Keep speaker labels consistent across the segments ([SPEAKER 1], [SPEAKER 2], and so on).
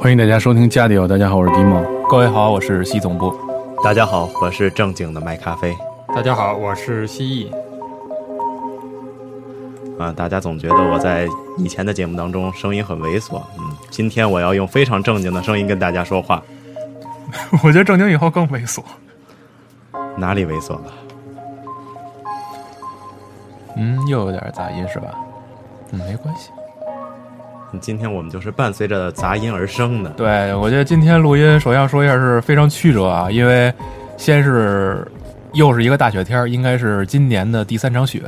[SPEAKER 1] 欢迎大家收听《家里有》，大家好，我是迪梦。
[SPEAKER 2] 各位好，我是西总部。
[SPEAKER 3] 大家好，我是正经的麦咖啡。
[SPEAKER 4] 大家好，我是蜥蜴。
[SPEAKER 3] 啊，大家总觉得我在以前的节目当中声音很猥琐，嗯，今天我要用非常正经的声音跟大家说话。
[SPEAKER 4] 我觉得正经以后更猥琐。
[SPEAKER 3] 哪里猥琐了？
[SPEAKER 2] 嗯，又有点杂音是吧？嗯，没关系。
[SPEAKER 3] 嗯今天我们就是伴随着杂音而生的。
[SPEAKER 2] 对，我觉得今天录音，首先要说一下是非常曲折啊，因为先是又是一个大雪天儿，应该是今年的第三场雪，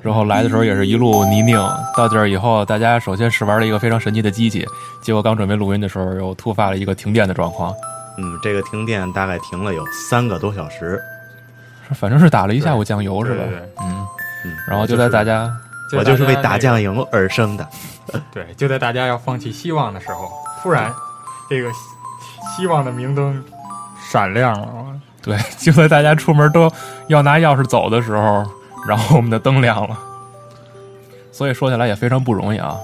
[SPEAKER 2] 然后来的时候也是一路泥泞，到地儿以后，大家首先试玩了一个非常神奇的机器，结果刚准备录音的时候，又突发了一个停电的状况，
[SPEAKER 3] 嗯，这个停电大概停了有三个多小时，
[SPEAKER 2] 反正是打了一下午酱油是吧？
[SPEAKER 4] 对对对
[SPEAKER 2] 嗯
[SPEAKER 3] 嗯，
[SPEAKER 2] 然后就在大家
[SPEAKER 3] 我就是为打酱油而生的。
[SPEAKER 4] 对，就在大家要放弃希望的时候，突然，这个希希望的明灯闪亮了。
[SPEAKER 2] 对，就在大家出门都要拿钥匙走的时候，然后我们的灯亮了。所以说起来也非常不容易啊。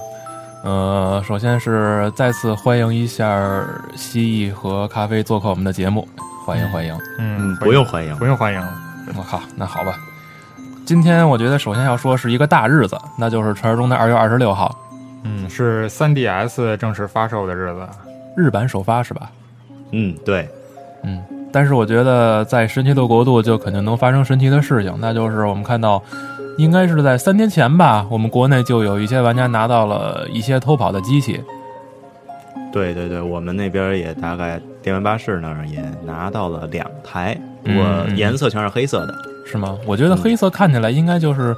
[SPEAKER 2] 呃，首先是再次欢迎一下蜥蜴和咖啡做客我们的节目，欢迎欢迎。
[SPEAKER 4] 嗯
[SPEAKER 3] 嗯，不用欢迎
[SPEAKER 4] 不，用欢迎了。
[SPEAKER 2] 我靠，那好吧。今天我觉得首先要说是一个大日子，那就是传说中的二月二十六号，
[SPEAKER 4] 嗯，是 3DS 正式发售的 日子。
[SPEAKER 2] 日版首发是吧？
[SPEAKER 3] 嗯，对，
[SPEAKER 2] 嗯，但是我觉得在神奇的国度就肯定能发生神奇的事情，那就是我们看到，应该是在三天前吧，我们国内就有一些玩家拿到了一些偷跑的机器。
[SPEAKER 3] 对对对，我们那边也大概电玩巴士那儿也拿到了两台，不过
[SPEAKER 2] 嗯
[SPEAKER 3] 颜色全是黑色的。
[SPEAKER 2] 是吗？我觉得黑色看起来应该就是，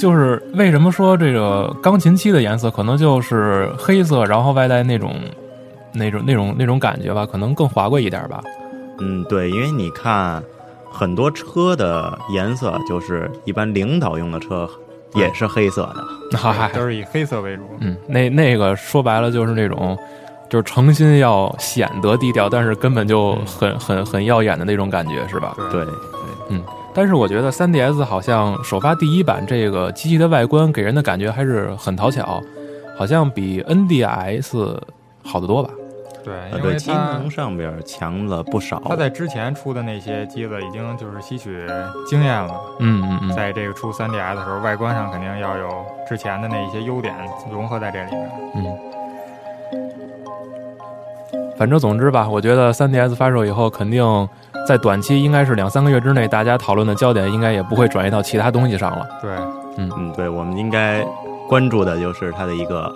[SPEAKER 2] 就是为什么说这个钢琴漆的颜色可能就是黑色，然后外带那种那种那种那种感觉吧，可能更华贵一点吧。
[SPEAKER 3] 嗯，对，因为你看很多车的颜色，就是一般领导用的车也是黑色的。
[SPEAKER 2] 哈哈，
[SPEAKER 4] 都是以黑色为主。
[SPEAKER 2] 嗯，那那个说白了就是那种，就是诚心要显得低调，但是根本就很很很耀眼的那种感觉，是吧？
[SPEAKER 3] 对，
[SPEAKER 2] 但是我觉得 3DS 好像首发第一版这个机器的外观给人的感觉还是很讨巧，好像比 NDS 好得多吧？
[SPEAKER 4] 对，
[SPEAKER 3] 呃，
[SPEAKER 4] 哎因
[SPEAKER 3] 对，
[SPEAKER 4] 为
[SPEAKER 3] 机
[SPEAKER 4] 它
[SPEAKER 3] 能上边强了不少。
[SPEAKER 4] 它在之前出的那些机子已经就是吸取经验了，
[SPEAKER 2] 嗯嗯嗯，
[SPEAKER 4] 在这个出 3DS 的时候，外观上肯定要有之前的那一些优点融合在这里面。
[SPEAKER 2] 嗯。反正总之吧，我觉得 3DS 发售以后，肯定在短期应该是两三个月之内，大家讨论的焦点应该也不会转移到其他东西上了。
[SPEAKER 4] 对，
[SPEAKER 3] 嗯，对，我们应该关注的就是它的一个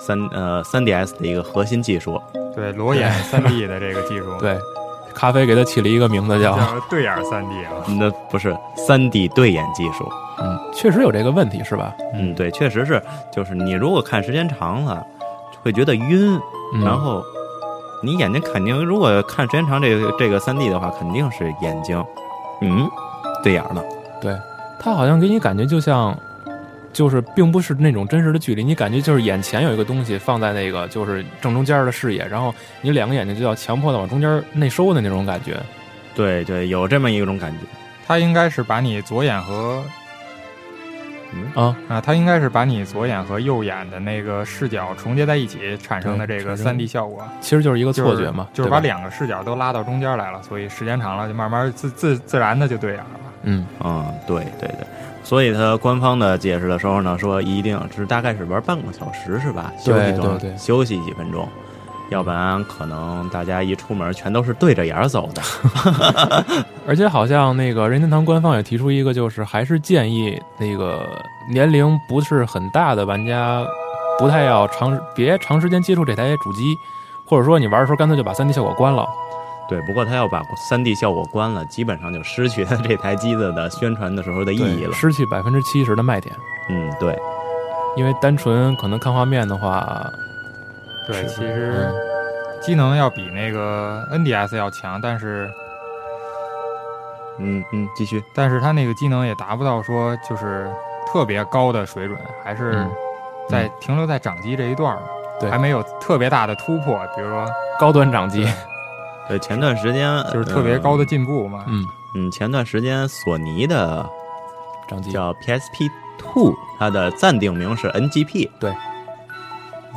[SPEAKER 3] 三呃三 DS 的一个核心技术。
[SPEAKER 4] 对，裸眼 3D 的这个技 术，，
[SPEAKER 2] 对，咖啡给它起了一个名字叫，
[SPEAKER 4] 叫对眼 3D 啊。
[SPEAKER 3] 那不是三 D 对眼技术。
[SPEAKER 2] 嗯，确实有这个问题是吧？
[SPEAKER 3] 嗯，对，确实是，就是你如果看时间长了，会觉得晕，
[SPEAKER 2] 嗯、
[SPEAKER 3] 然后你眼睛肯定，如果看时间长这个这个三 D 的话，肯定是眼睛，嗯，对眼儿了。
[SPEAKER 2] 对，它好像给你感觉就像，就是并不是那种真实的距离，你感觉就是眼前有一个东西放在那个就是正中间的视野，然后你两个眼睛就要强迫的往中间内收的那种感觉。
[SPEAKER 3] 对对，有这么一种感觉。
[SPEAKER 4] 它应该是把你左眼和
[SPEAKER 2] 啊
[SPEAKER 4] 啊，它应该是把你左眼和右眼的那个视角重接在一起产生的
[SPEAKER 2] 对
[SPEAKER 4] 这个
[SPEAKER 2] 产生
[SPEAKER 4] 3D 效果，
[SPEAKER 2] 其实就是一个
[SPEAKER 4] 就是
[SPEAKER 2] 错觉嘛，
[SPEAKER 4] 就是
[SPEAKER 2] 对吧
[SPEAKER 4] 把两个视角都拉到中间来了，所以时间长了就慢慢自自自然的就对眼了。
[SPEAKER 2] 嗯
[SPEAKER 3] 嗯，对对对。所以他官方的解释的时候呢，说一定是大概是玩半个小时是吧？休息
[SPEAKER 2] 对
[SPEAKER 3] 多
[SPEAKER 2] 对对
[SPEAKER 3] 休息几分钟，要不然可能大家一出门全都是对着眼儿走的。
[SPEAKER 2] 而且好像那个任天堂官方也提出一个，就是还是建议那个年龄不是很大的玩家，不太要长别长时间接触这台主机，或者说你玩的时候干脆就把三 D 效果关了。
[SPEAKER 3] 对，不过他要把三 D 效果关了，基本上就失去他这台机子的宣传的时候的意义
[SPEAKER 2] 对
[SPEAKER 3] 了。
[SPEAKER 2] 失去百分之七十的卖点。
[SPEAKER 3] 嗯，对，
[SPEAKER 2] 因为单纯可能看画面的话，
[SPEAKER 4] 对，
[SPEAKER 2] 是
[SPEAKER 4] 其实机能要比那个 NDS 要强，但是
[SPEAKER 3] 嗯嗯，继续，
[SPEAKER 4] 但是它那个机能也达不到说就是特别高的水准，还是
[SPEAKER 2] 嗯
[SPEAKER 4] 在停留在掌机这一段儿，
[SPEAKER 2] 对
[SPEAKER 4] 还没有特别大的突破，比如说
[SPEAKER 2] 高端掌机，
[SPEAKER 3] 对，呃前段时间呃
[SPEAKER 4] 就是特别高的，进步嘛。
[SPEAKER 2] 嗯，
[SPEAKER 3] 嗯，嗯前段时间索尼的
[SPEAKER 2] 掌机
[SPEAKER 3] 叫 PSP Two，它的暂定名是 NGP。
[SPEAKER 2] 对，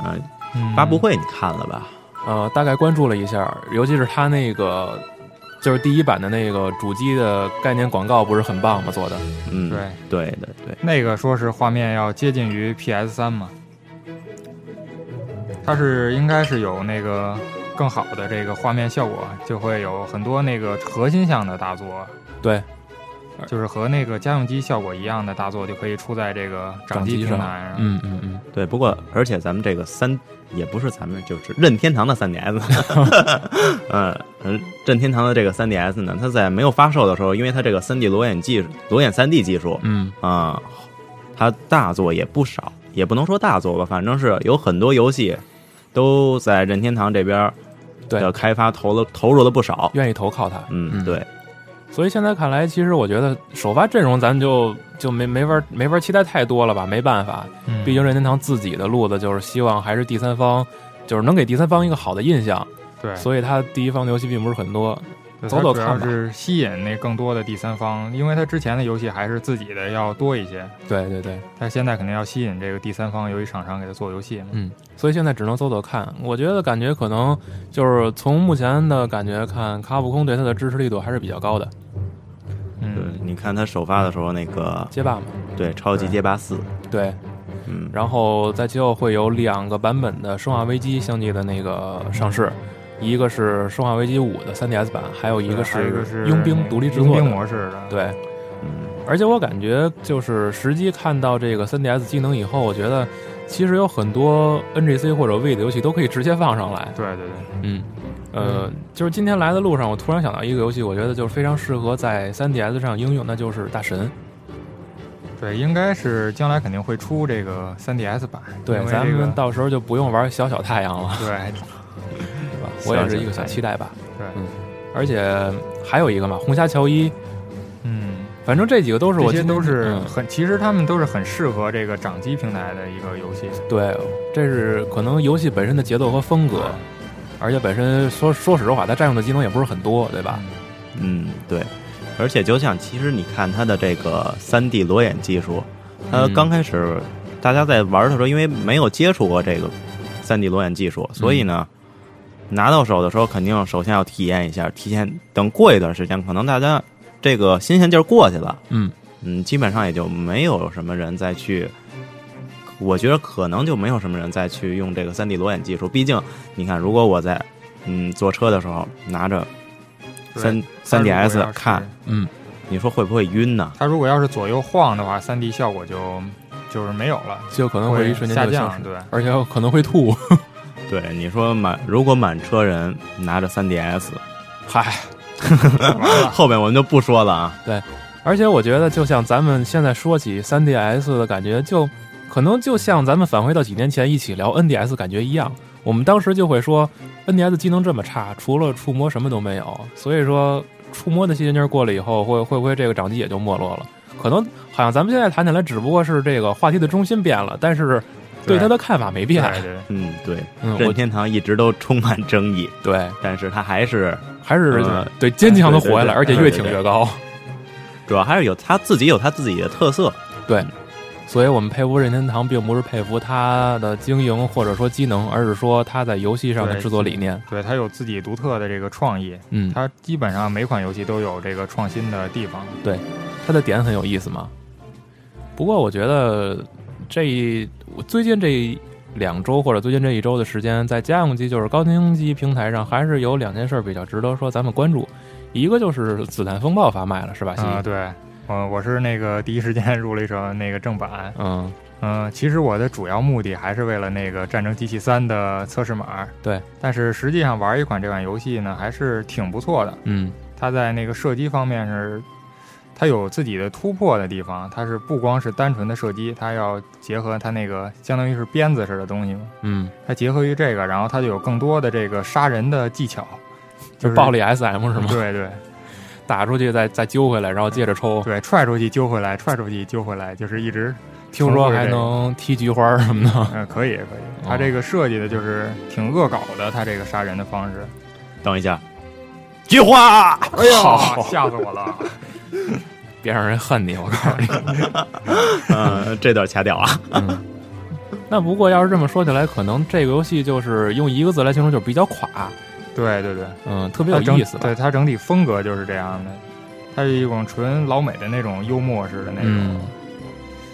[SPEAKER 3] 嗯、
[SPEAKER 4] 嗯
[SPEAKER 3] 发布会你看了吧？
[SPEAKER 2] 呃，大概关注了一下，尤其是它那个就是第一版的那个主机的概念广告，不是很棒吗？做的，
[SPEAKER 3] 嗯，
[SPEAKER 4] 对
[SPEAKER 3] 对的，对，
[SPEAKER 4] 那个说是画面要接近于 PS 三嘛，它是应该是有那个更好的这个画面效果，就会有很多那个核心向的大作，
[SPEAKER 2] 对，哎
[SPEAKER 4] 就是和那个家用机效果一样的大作，就可以出在这个掌
[SPEAKER 2] 掌
[SPEAKER 4] 机
[SPEAKER 2] 机
[SPEAKER 4] 平
[SPEAKER 2] 上
[SPEAKER 4] 台上。，
[SPEAKER 2] 嗯嗯嗯，
[SPEAKER 3] 对。不过，而且咱们这个三也不是咱们，就是任天堂的 3DS，嗯嗯，任天堂的这个 3DS 呢，它在没有发售的时候，因为它这个 3D 裸眼技术、裸眼 3D 技术，
[SPEAKER 2] 嗯，
[SPEAKER 3] 啊、它大作也不少，也不能说大作吧，反正是有很多游戏都在任天堂这边
[SPEAKER 2] 对
[SPEAKER 3] 的开发投了投入了不少。
[SPEAKER 2] 愿意投靠它，
[SPEAKER 3] 嗯，对，
[SPEAKER 2] 所以现在看来，其实我觉得首发阵容咱们就就没没法没法期待太多了吧，没办法，
[SPEAKER 4] 嗯
[SPEAKER 2] 毕竟任天堂自己的路子就是希望还是第三方，就是能给第三方一个好的印象，
[SPEAKER 4] 对，
[SPEAKER 2] 所以它第一方的游戏并不是很多，
[SPEAKER 4] 对
[SPEAKER 2] 走走
[SPEAKER 4] 它
[SPEAKER 2] 看吧
[SPEAKER 4] 主要是吸引那更多的第三方，因为它之前的游戏还是自己的要多一些，
[SPEAKER 2] 对对对，
[SPEAKER 4] 但是现在肯定要吸引这个第三方游戏厂商给它做游戏嘛。
[SPEAKER 2] 嗯，所以现在只能走走看。我觉得感觉可能就是从目前的感觉看，卡普空对它的支持力度还是比较高的。
[SPEAKER 3] 对
[SPEAKER 4] 嗯，，
[SPEAKER 3] 你看它首发的时候那个
[SPEAKER 2] 街霸嘛，
[SPEAKER 3] 对《超级街霸四》，
[SPEAKER 2] 对，
[SPEAKER 3] 嗯，
[SPEAKER 2] 然后在今后会有两个版本的《生化危机》相继的那个上市，一个是《生化危机五》的 3DS 版，还有一个
[SPEAKER 4] 还有一个是
[SPEAKER 2] 佣兵独立制
[SPEAKER 4] 佣
[SPEAKER 2] 作
[SPEAKER 4] 兵
[SPEAKER 2] 的。
[SPEAKER 4] 模式的，
[SPEAKER 2] 对，
[SPEAKER 3] 嗯，
[SPEAKER 2] 而且我感觉就是实际看到这个 3DS 机能以后，我觉得其实有很多 NGC 或者 V 的游戏都可以直接放上来。
[SPEAKER 4] 对对对。
[SPEAKER 2] 嗯，呃，就是今天来的路上，我突然想到一个游戏，我觉得就是非常适合在 3DS 上应用，那就是《大神》。
[SPEAKER 4] 对，应该是将来肯定会出这个 3DS 版。
[SPEAKER 2] 对
[SPEAKER 4] 因，为
[SPEAKER 2] 咱
[SPEAKER 4] 这个
[SPEAKER 2] 们到时候就不用玩小小太阳了，
[SPEAKER 4] 对
[SPEAKER 2] 对吧？
[SPEAKER 3] 小
[SPEAKER 2] 我也是一个
[SPEAKER 3] 小
[SPEAKER 2] 小
[SPEAKER 3] 太阳
[SPEAKER 2] 期待吧。
[SPEAKER 4] 对，
[SPEAKER 2] 嗯而且还有一个嘛，红霞乔伊，
[SPEAKER 4] 嗯，
[SPEAKER 2] 反正这几个都是
[SPEAKER 4] 这
[SPEAKER 2] 我
[SPEAKER 4] 些
[SPEAKER 2] 今天
[SPEAKER 4] 都是
[SPEAKER 2] 嗯
[SPEAKER 4] 很，其实他们都是很适合这个掌机平台的一个游戏。
[SPEAKER 2] 对，这是可能游戏本身的节奏和风格，
[SPEAKER 4] 啊
[SPEAKER 2] 而且本身说说实话，它占用的技能也不是很多，对吧？
[SPEAKER 3] 嗯，对，而且就像其实你看它的这个三 D 裸眼技术，它
[SPEAKER 2] 嗯
[SPEAKER 3] 刚开始大家在玩的时候，因为没有接触过这个三 D 裸眼技术，所以呢，
[SPEAKER 2] 嗯
[SPEAKER 3] 拿到手的时候肯定首先要体验一下，提前等过一段时间，可能大家这个新鲜劲儿过去了，
[SPEAKER 2] 嗯
[SPEAKER 3] 嗯，基本上也就没有什么人再去。我觉得可能就没有什么人再去用这个三 D 裸眼技术，毕竟你看，如果我在嗯坐车的时候拿着
[SPEAKER 4] 对
[SPEAKER 3] 三
[SPEAKER 4] 它
[SPEAKER 3] 三
[SPEAKER 4] 如果要
[SPEAKER 3] DS
[SPEAKER 4] 是
[SPEAKER 3] 看，，
[SPEAKER 2] 嗯，
[SPEAKER 3] 你说会不会晕呢？
[SPEAKER 4] 它如果要是左右晃的话，3D 效果就就是没有了，
[SPEAKER 2] 就可能会一瞬
[SPEAKER 4] 下
[SPEAKER 2] 间就消
[SPEAKER 4] 降。
[SPEAKER 2] 失，
[SPEAKER 4] 对，
[SPEAKER 2] 而且可能会吐。
[SPEAKER 3] 对，你说满如果满车人拿着 3DS，
[SPEAKER 2] 嗨，
[SPEAKER 4] 完了，
[SPEAKER 3] 后面我们就不说了啊。
[SPEAKER 2] 而且我觉得，就像咱们现在说起 3DS 的感觉，就可能就像咱们返回到几年前一起聊 NDS 感觉一样，我们当时就会说 NDS 机能这么差，除了触摸什么都没有，所以说触摸的新鲜劲儿过了以后，会会不会这个掌机也就没落了？可能好像咱们现在谈起来，只不过是这个话题的中心变了，但是对它的看法没变。
[SPEAKER 4] 对对，
[SPEAKER 3] 嗯，对，
[SPEAKER 2] 嗯，
[SPEAKER 3] 任
[SPEAKER 2] 我
[SPEAKER 3] 天堂一直都充满争议，
[SPEAKER 2] 对
[SPEAKER 3] 但是它还是
[SPEAKER 2] 还是、
[SPEAKER 3] 嗯
[SPEAKER 2] 对坚强的活下来，
[SPEAKER 3] 对对对
[SPEAKER 2] 而且越挺越高。
[SPEAKER 3] 主要还是有它自己有它自己的特色。
[SPEAKER 2] 所以我们佩服任天堂，并不是佩服它的经营或者说机能，而是说它在游戏上的
[SPEAKER 4] 对
[SPEAKER 2] 制作理念。
[SPEAKER 4] 对，它有自己独特的这个创意，
[SPEAKER 2] 嗯，
[SPEAKER 4] 它基本上每款游戏都有这个创新的地方。
[SPEAKER 2] 它的点很有意思嘛。不过我觉得这一我最近这两周或者最近这一周的时间，在家用机就是高清机平台上，还是有两件事儿比较值得说咱们关注。一个就是《子弹风
[SPEAKER 4] 啊
[SPEAKER 2] 暴》发卖了，是吧？西、
[SPEAKER 4] 嗯啊、对，我我是那个第一时间入了一手那个正版，
[SPEAKER 2] 嗯，
[SPEAKER 4] 嗯，其实我的主要目的还是为了那个《战争机器三》的测试码。
[SPEAKER 2] 对，
[SPEAKER 4] 但是实际上玩一款这款游戏呢，还是挺不错的。
[SPEAKER 2] 嗯
[SPEAKER 4] 它在那个射击方面是，它有自己的突破的地方。它是不光是单纯的射击，它要结合它那个相当于是鞭子似的东西嘛，
[SPEAKER 2] 嗯，
[SPEAKER 4] 它结合于这个，然后它就有更多的这个杀人的技巧，
[SPEAKER 2] 就是暴力 SM 是吗？
[SPEAKER 4] 对对
[SPEAKER 2] 打出去再再揪回来，然后接着抽。
[SPEAKER 4] 对，踹出去揪回来，踹出去揪回来，就是一直
[SPEAKER 2] 听说还能哦踢菊花什么的。
[SPEAKER 4] 嗯，可以可以，它这个设计的就是挺恶搞的，它这个杀人的方式。
[SPEAKER 3] 等一下，菊花，
[SPEAKER 4] 哎 呀，吓死我了！
[SPEAKER 2] 别让人恨你，我告诉你。
[SPEAKER 3] 嗯，这段掐掉啊。
[SPEAKER 2] 那不过要是这么说起来，可能这个游戏就是用一个字来形容，就是比较垮，
[SPEAKER 4] 对对对，
[SPEAKER 2] 嗯，特别
[SPEAKER 4] 它
[SPEAKER 2] 有
[SPEAKER 4] 啊整
[SPEAKER 2] 意思吧？
[SPEAKER 4] 对，它整体风格就是这样的，它是一种纯老美的那种幽默式的那
[SPEAKER 2] 嗯
[SPEAKER 4] 种。。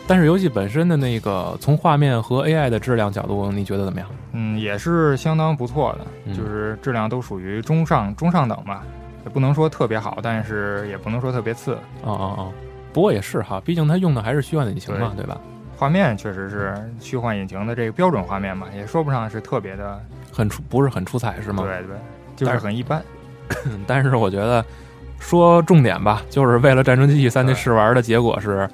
[SPEAKER 2] 但是游戏本身的那个从画面和 AI 的质量角度，你觉得怎么样？
[SPEAKER 4] 嗯也是相当不错的，
[SPEAKER 2] 嗯
[SPEAKER 4] 就是质量都属于中上中上等吧，也不能说特别好，但是也不能说特别次。
[SPEAKER 2] 哦哦哦，不过也是哈，毕竟它用的还是虚幻的引擎嘛，对吧？
[SPEAKER 4] 画面确实是虚幻引擎的这个标准画面嘛，也说不上是特别的，
[SPEAKER 2] 很出不是很出彩是吗？
[SPEAKER 4] 对对，就是
[SPEAKER 2] 但是
[SPEAKER 4] 很一般。
[SPEAKER 2] 嗯但是我觉得说重点吧，就是为了《战争机器三》那
[SPEAKER 4] 对
[SPEAKER 2] 试玩的结果是，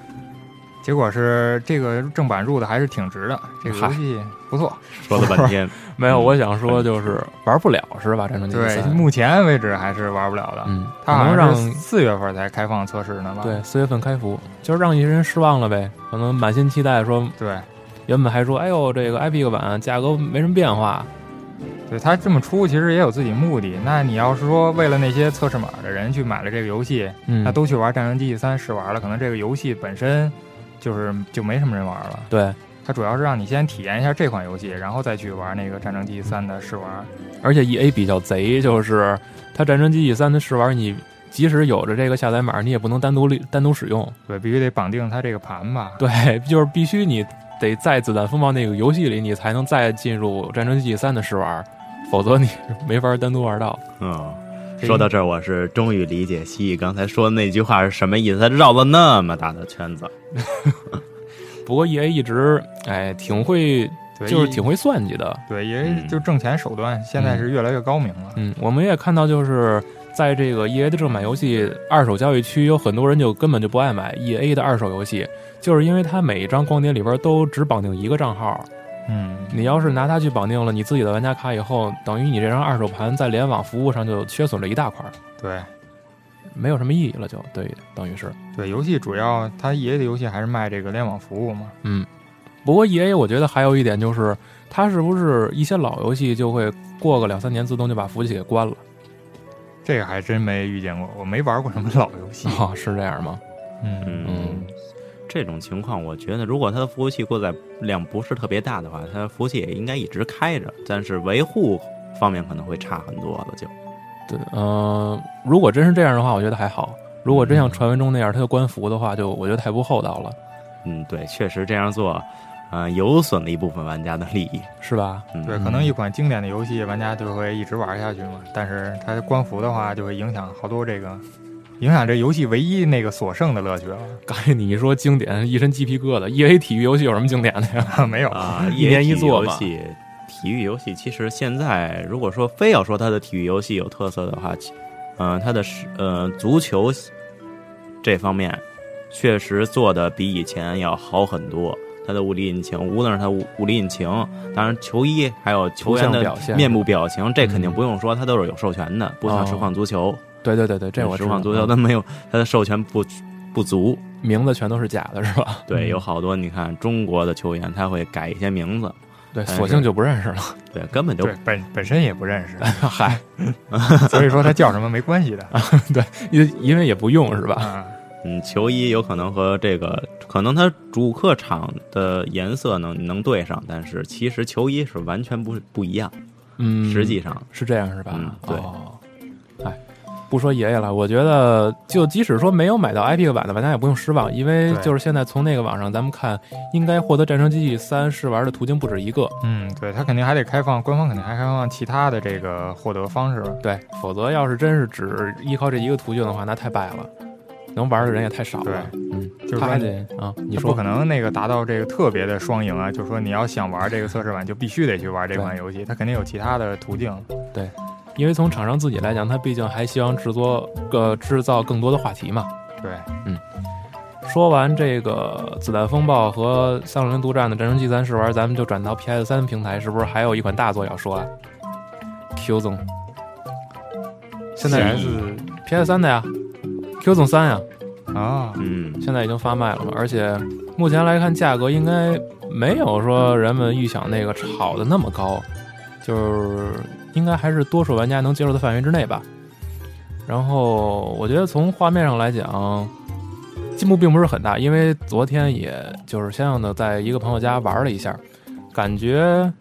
[SPEAKER 4] 结果是这个正版入的还是挺值的，这个游
[SPEAKER 2] 嗨
[SPEAKER 4] 戏不错。
[SPEAKER 3] 说了半天，
[SPEAKER 2] 没有，我想说就是玩不了是吧？《战争机器
[SPEAKER 4] 嗯对，
[SPEAKER 2] 三》
[SPEAKER 4] 目前为止还是玩不了的。
[SPEAKER 2] 嗯，
[SPEAKER 4] 它
[SPEAKER 2] 可
[SPEAKER 4] 好
[SPEAKER 2] 能
[SPEAKER 4] 像
[SPEAKER 2] 让
[SPEAKER 4] 是四月份才开放测试呢吧？
[SPEAKER 2] 对四月份开服，就是让一些人失望了呗。可能满心期待说，
[SPEAKER 4] 对
[SPEAKER 2] 原本还说，哎呦，这个 Epic 版价格没什么变化，
[SPEAKER 4] 对，它这么出其实也有自己目的。那你要是说为了那些测试码的人去买了这个游戏，
[SPEAKER 2] 嗯，
[SPEAKER 4] 那都去玩《战争机器三》试玩了，可能这个游戏本身就是就没什么人玩了。
[SPEAKER 2] 对。
[SPEAKER 4] 它主要是让你先体验一下这款游戏，然后再去玩那个《战争机器三》的试玩。
[SPEAKER 2] 而且 EA 比较贼，就是它《战争机器三》的试玩，你即使有着这个下载码，你也不能单独利单独使用。
[SPEAKER 4] 对，必须得绑定它这个盘吧。
[SPEAKER 2] 对， 就是必须你得在《子弹风暴》那个游戏里，你才能再进入《战争机器三》的试玩，否则你 是没法单独玩到。
[SPEAKER 3] 嗯。说到这儿，我是终于理解蜥蜴刚才说的那句话是什么意思。他绕了那么大的圈子，
[SPEAKER 2] 不过 EA 一直哎挺会，
[SPEAKER 4] 对，，E
[SPEAKER 2] 就是
[SPEAKER 4] 一
[SPEAKER 2] 挺会算计的。
[SPEAKER 4] 对，因为
[SPEAKER 3] 嗯
[SPEAKER 4] 就挣钱手段现在是越来越高明了。
[SPEAKER 2] 嗯，我们也看到，就是在这个 EA 的正版游戏二手交易区，有很多人就根本就不爱买 EA 的二手游戏，就是因为它每一张光碟里边都只绑定一个账号。
[SPEAKER 4] 嗯，
[SPEAKER 2] 你要是拿它去绑定了你自己的玩家卡以后，等于你这张二手盘在联网服务上就缺损了一大块，
[SPEAKER 4] 对
[SPEAKER 2] 没有什么意义了就，对，等于是，
[SPEAKER 4] 对，游戏主要它 EA 的游戏还是卖这个联网服务嘛。
[SPEAKER 2] 嗯。不过 EA 我觉得还有一点就是，它是不是一些老游戏就会过个两三年自动就把服务器给关了？
[SPEAKER 4] 这个还真没遇见过，我没玩过什么 老游戏。
[SPEAKER 2] 哦，是这样吗？
[SPEAKER 4] 嗯，
[SPEAKER 3] 嗯，这种情况，我觉得如果它的服务器过载量不是特别大的话，它的服务器也应该一直开着，但是维护方面可能会差很多了。就
[SPEAKER 2] 对，嗯、如果真是这样的话，我觉得还好。如果真像传闻中那样，它就关服的话，就我觉得太不厚道了，
[SPEAKER 3] 嗯，对，确实这样做，呃，有损了一部分玩家的利益。
[SPEAKER 2] 是吧？
[SPEAKER 3] 嗯，
[SPEAKER 4] 对，可能一款经典的游戏，玩家就会一直玩下去嘛。但是它官服的话，就会影响好多这个，影响这游戏唯一那个所剩的乐趣了。
[SPEAKER 2] 刚才你一说经典，一身鸡皮疙瘩。E A 体育游戏有什么经典的呀？
[SPEAKER 4] 没有，
[SPEAKER 3] 啊，
[SPEAKER 2] 一年一做
[SPEAKER 3] 游
[SPEAKER 2] 嘛
[SPEAKER 3] 戏，体育游戏其实现在如果说非要说它的体育游戏有特色的话，其嗯、它的是呃足球这方面确实做的比以前要好很多。它的物理引擎，无论是它物物理引擎，当然球衣，还有球
[SPEAKER 2] 图
[SPEAKER 3] 员
[SPEAKER 2] 像
[SPEAKER 3] 的
[SPEAKER 2] 表现嗯
[SPEAKER 3] 面部表情，这肯定不用说，它都是有授权的，不像
[SPEAKER 2] 哦
[SPEAKER 3] 实况足球。
[SPEAKER 2] 对对对对，这我知道嗯
[SPEAKER 3] 实况。足球它没有，它的授权不不足。
[SPEAKER 2] 名字全都是假的，是吧？
[SPEAKER 3] 对，有好多你看中国的球员，他会改一些名字，
[SPEAKER 2] 对，
[SPEAKER 3] 哎
[SPEAKER 2] 索性就不认识了。
[SPEAKER 3] 对，根本就
[SPEAKER 4] 对，本本身也不认识，
[SPEAKER 2] 嗨，
[SPEAKER 4] 所以说它叫什么没关系的。
[SPEAKER 2] 因因为也不用是吧？
[SPEAKER 4] 啊，
[SPEAKER 3] 嗯，球衣有可能和这个，可能它主客场的颜色能能对上，但是其实球衣是完全不不一样。
[SPEAKER 2] 嗯，
[SPEAKER 3] 实际上，
[SPEAKER 2] 是这样是吧？
[SPEAKER 3] 嗯对
[SPEAKER 2] 哦哎，不说爷爷了，我觉得就即使说没有买到 Epic 版的玩家也不用失望，因为
[SPEAKER 4] 对
[SPEAKER 2] 就是现在从那个网上咱们看，应该获得《战争机器三》试玩的途径不止一个，
[SPEAKER 4] 嗯，对，它肯定还得开放，官方肯定还开放其他的这个获得方式吧。
[SPEAKER 2] 对，否则要是真是只依靠这一个途径的话，那太败了。能玩的人也太少
[SPEAKER 4] 对
[SPEAKER 2] 了，，
[SPEAKER 3] 嗯
[SPEAKER 4] 就是
[SPEAKER 2] 他还
[SPEAKER 4] 说
[SPEAKER 2] 得啊，你
[SPEAKER 4] 它
[SPEAKER 2] 说
[SPEAKER 4] 不可能那个达到这个特别的双赢啊，就是说你要想玩这个测试版，就必须得去玩这款游戏，它肯定有其他的途径。
[SPEAKER 2] 因为从厂商自己来讲，他毕竟还希望制作个制造更多的话题嘛。
[SPEAKER 4] 对，
[SPEAKER 2] 说完这个《子弹风暴》和《三六零独占》的《战争机三试玩，咱们就转到 PS 三平台，是不是还有一款大作要说啊？Q 总，现在
[SPEAKER 4] S
[SPEAKER 2] PS 三的呀，Q 总三呀，
[SPEAKER 4] 啊，
[SPEAKER 3] 嗯，
[SPEAKER 2] 现在已经发卖了嘛，而且目前来看价格应该没有说人们预想那个炒的那么高，就是应该还是多数玩家能接受的范围之内吧。然后我觉得从画面上来讲，进步并不是很大，因为昨天也就是先样的在一个朋友家玩了一下，感觉。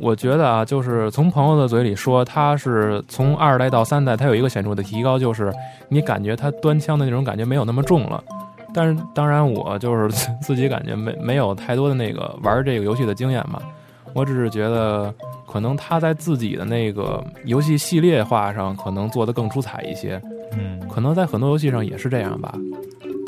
[SPEAKER 2] 我觉得啊，就是从朋友的嘴里说，他是从二代到三代，它有一个显著的提高，就是你感觉它端枪的那种感觉没有那么重了。但是当然，我就是自 自己感觉没没有太多的那个玩这个游戏的经验嘛，我只是觉得可能他在自己的那个游戏系列化上可能做得更出彩一些，
[SPEAKER 4] 嗯，
[SPEAKER 2] 可能在很多游戏上也是这样吧。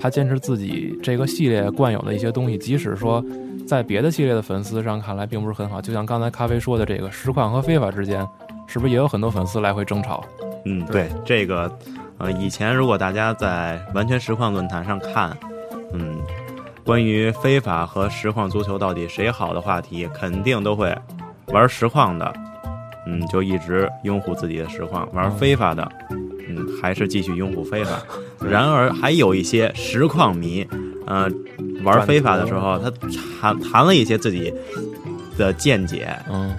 [SPEAKER 2] 他坚持自己这个系列惯有的一些东西，即使说在别的系列的粉丝上看来并不是很好，就像刚才咖啡说的这个实况和非法之间，是不是也有很多粉丝来回争吵？
[SPEAKER 3] 嗯，对这个，呃，以前如果大家在完全实况论坛上看，嗯，关于非法和实况足球到底谁好的话题，肯定都会玩实况的，嗯，就一直拥护自己的实况；玩非法的，嗯，还是继续拥护非法。然而，还有一些实况迷，呃，玩非法的时候，他谈谈了一些自己的见解，
[SPEAKER 2] 嗯，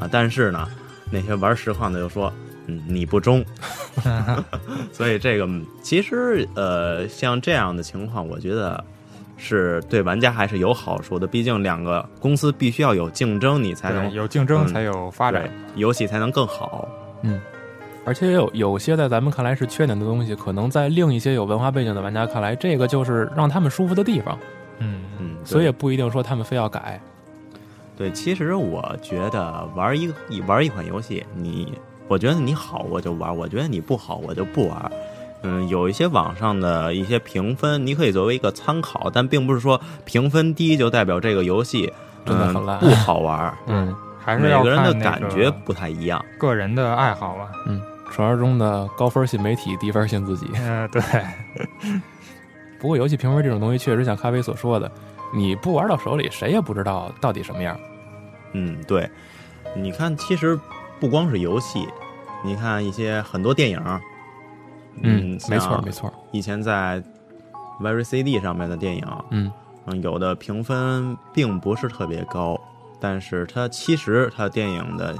[SPEAKER 3] 啊，但是呢，那些玩实况的就说，嗯，你不 忠，所以这个嗯其实呃，像这样的情况，我觉得是对玩家还是有好处的，毕竟两个公司必须要有竞争，你才
[SPEAKER 4] 对，
[SPEAKER 3] 能
[SPEAKER 4] 有竞争
[SPEAKER 3] 嗯
[SPEAKER 4] 才有发展
[SPEAKER 3] 对。游戏才能更好。
[SPEAKER 2] 而且有有些在咱们看来是缺点的东西，可能在另一些有文化背景的玩家看来，这个就是让他们舒服的地方，
[SPEAKER 4] 嗯，
[SPEAKER 3] 嗯，对
[SPEAKER 2] 所以也不一定说他们非要改。
[SPEAKER 3] 对，其实我觉得玩一个一玩一款游戏，你我觉得你好我就玩，我觉得你不好我就不玩。嗯，有一些网上的一些评分，你可以作为一个参考，但并不是说评分低就代表这个游戏
[SPEAKER 2] 真的
[SPEAKER 3] 嗯
[SPEAKER 2] 很烂
[SPEAKER 3] 不好玩。
[SPEAKER 4] 嗯，还是
[SPEAKER 3] 每
[SPEAKER 4] 要
[SPEAKER 3] 个人的
[SPEAKER 4] 看那
[SPEAKER 3] 感觉不太一样。
[SPEAKER 4] 个人的爱好 吧。
[SPEAKER 2] 传说中的高分信媒体，低分信自己。
[SPEAKER 4] 嗯，对，
[SPEAKER 2] 不过游戏评分这种东西，确实像咖啡所说的，你不玩到手里，谁也不知道到底什么样。
[SPEAKER 3] 嗯，对，你看，其实不光是游戏，你看一些很多电影，
[SPEAKER 2] 嗯
[SPEAKER 3] 嗯
[SPEAKER 2] 没错
[SPEAKER 3] 像
[SPEAKER 2] 没错，
[SPEAKER 3] 以前在 Very CD 上面的电影，
[SPEAKER 2] 嗯
[SPEAKER 3] 嗯，有的评分并不是特别高，但是它其实它电影的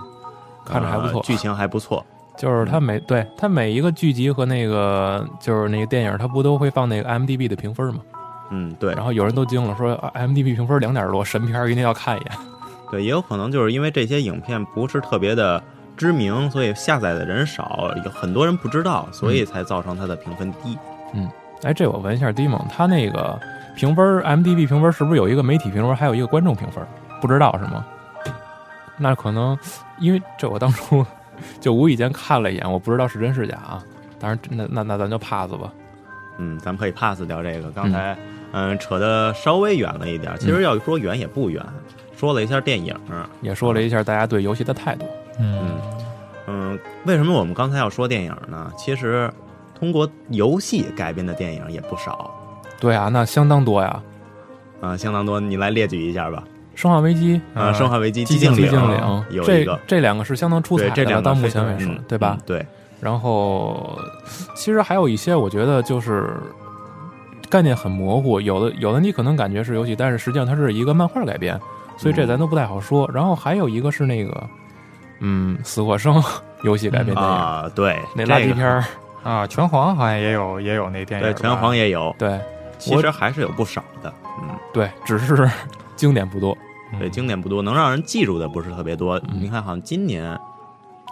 [SPEAKER 2] 看着还不错
[SPEAKER 3] 呃剧情还不错。
[SPEAKER 2] 就是它每对它每一个剧集和那个就是那个电影，它不都会放那个 m d b 的评分吗？
[SPEAKER 3] 嗯，对
[SPEAKER 2] 然后有人都惊了，说 m d b 评分两点多，神片儿一定要看一眼。
[SPEAKER 3] 对，也有可能就是因为这些影片不是特别的知名，所以下载的人少，有很多人不知道，所
[SPEAKER 2] 嗯
[SPEAKER 3] 以才造成它的评分低。
[SPEAKER 2] 哎，这我问一下 d i m o 他那个评分儿 MDB 评分儿是不是有一个媒体评分儿，还有一个观众评分儿？不知道是吗？那可能因为这我当初就无意间看了一眼，我不知道是真是假啊。当然，那那那咱就 pass 吧。
[SPEAKER 3] 嗯，咱们可以 pass 掉这个。刚才嗯扯得稍微远了一点，其
[SPEAKER 2] 嗯
[SPEAKER 3] 实要说远也不远，说了一下电影。
[SPEAKER 2] 也说了一下大家对游戏的态度。
[SPEAKER 4] 嗯，
[SPEAKER 3] 嗯，为什么我们刚才要说电影呢？其实通过游戏改编的电影也不少。
[SPEAKER 2] 对啊，那相当多呀，
[SPEAKER 3] 啊、相当多，你来列举一下吧。
[SPEAKER 2] 《生化危呃机》
[SPEAKER 3] 啊、
[SPEAKER 4] 嗯
[SPEAKER 3] 生化危机》寂
[SPEAKER 2] 静
[SPEAKER 3] 岭
[SPEAKER 2] 寂静
[SPEAKER 4] 岭
[SPEAKER 3] 有一
[SPEAKER 2] 这
[SPEAKER 3] 个，
[SPEAKER 2] 这两个是相当出彩
[SPEAKER 3] 对，
[SPEAKER 2] 的，
[SPEAKER 3] 这两个
[SPEAKER 2] 到目
[SPEAKER 3] 非
[SPEAKER 2] 前
[SPEAKER 3] 常
[SPEAKER 2] 为止
[SPEAKER 3] 嗯，
[SPEAKER 2] 对吧？
[SPEAKER 3] 嗯对，
[SPEAKER 2] 然后其实还有一些，我觉得就是概念很模糊，有的有的你可能感觉是游戏，但是实际上它是一个漫画改编，所以这
[SPEAKER 3] 嗯
[SPEAKER 2] 咱都不太好说。然后还有一个是那个，嗯，死或生游戏改编电影，
[SPEAKER 3] 啊、对，
[SPEAKER 2] 那垃
[SPEAKER 3] 这
[SPEAKER 2] 圾
[SPEAKER 3] 个
[SPEAKER 2] 片儿，
[SPEAKER 4] 啊，拳皇好像也有也有那电影吧，
[SPEAKER 3] 对，拳皇也有，
[SPEAKER 2] 对
[SPEAKER 3] 其实还是有不少的。嗯，
[SPEAKER 2] 对，只是经典不多。
[SPEAKER 4] 嗯
[SPEAKER 3] 对，经典不多，能让人记住的不是特别多。
[SPEAKER 2] 嗯
[SPEAKER 3] 你看，好像今年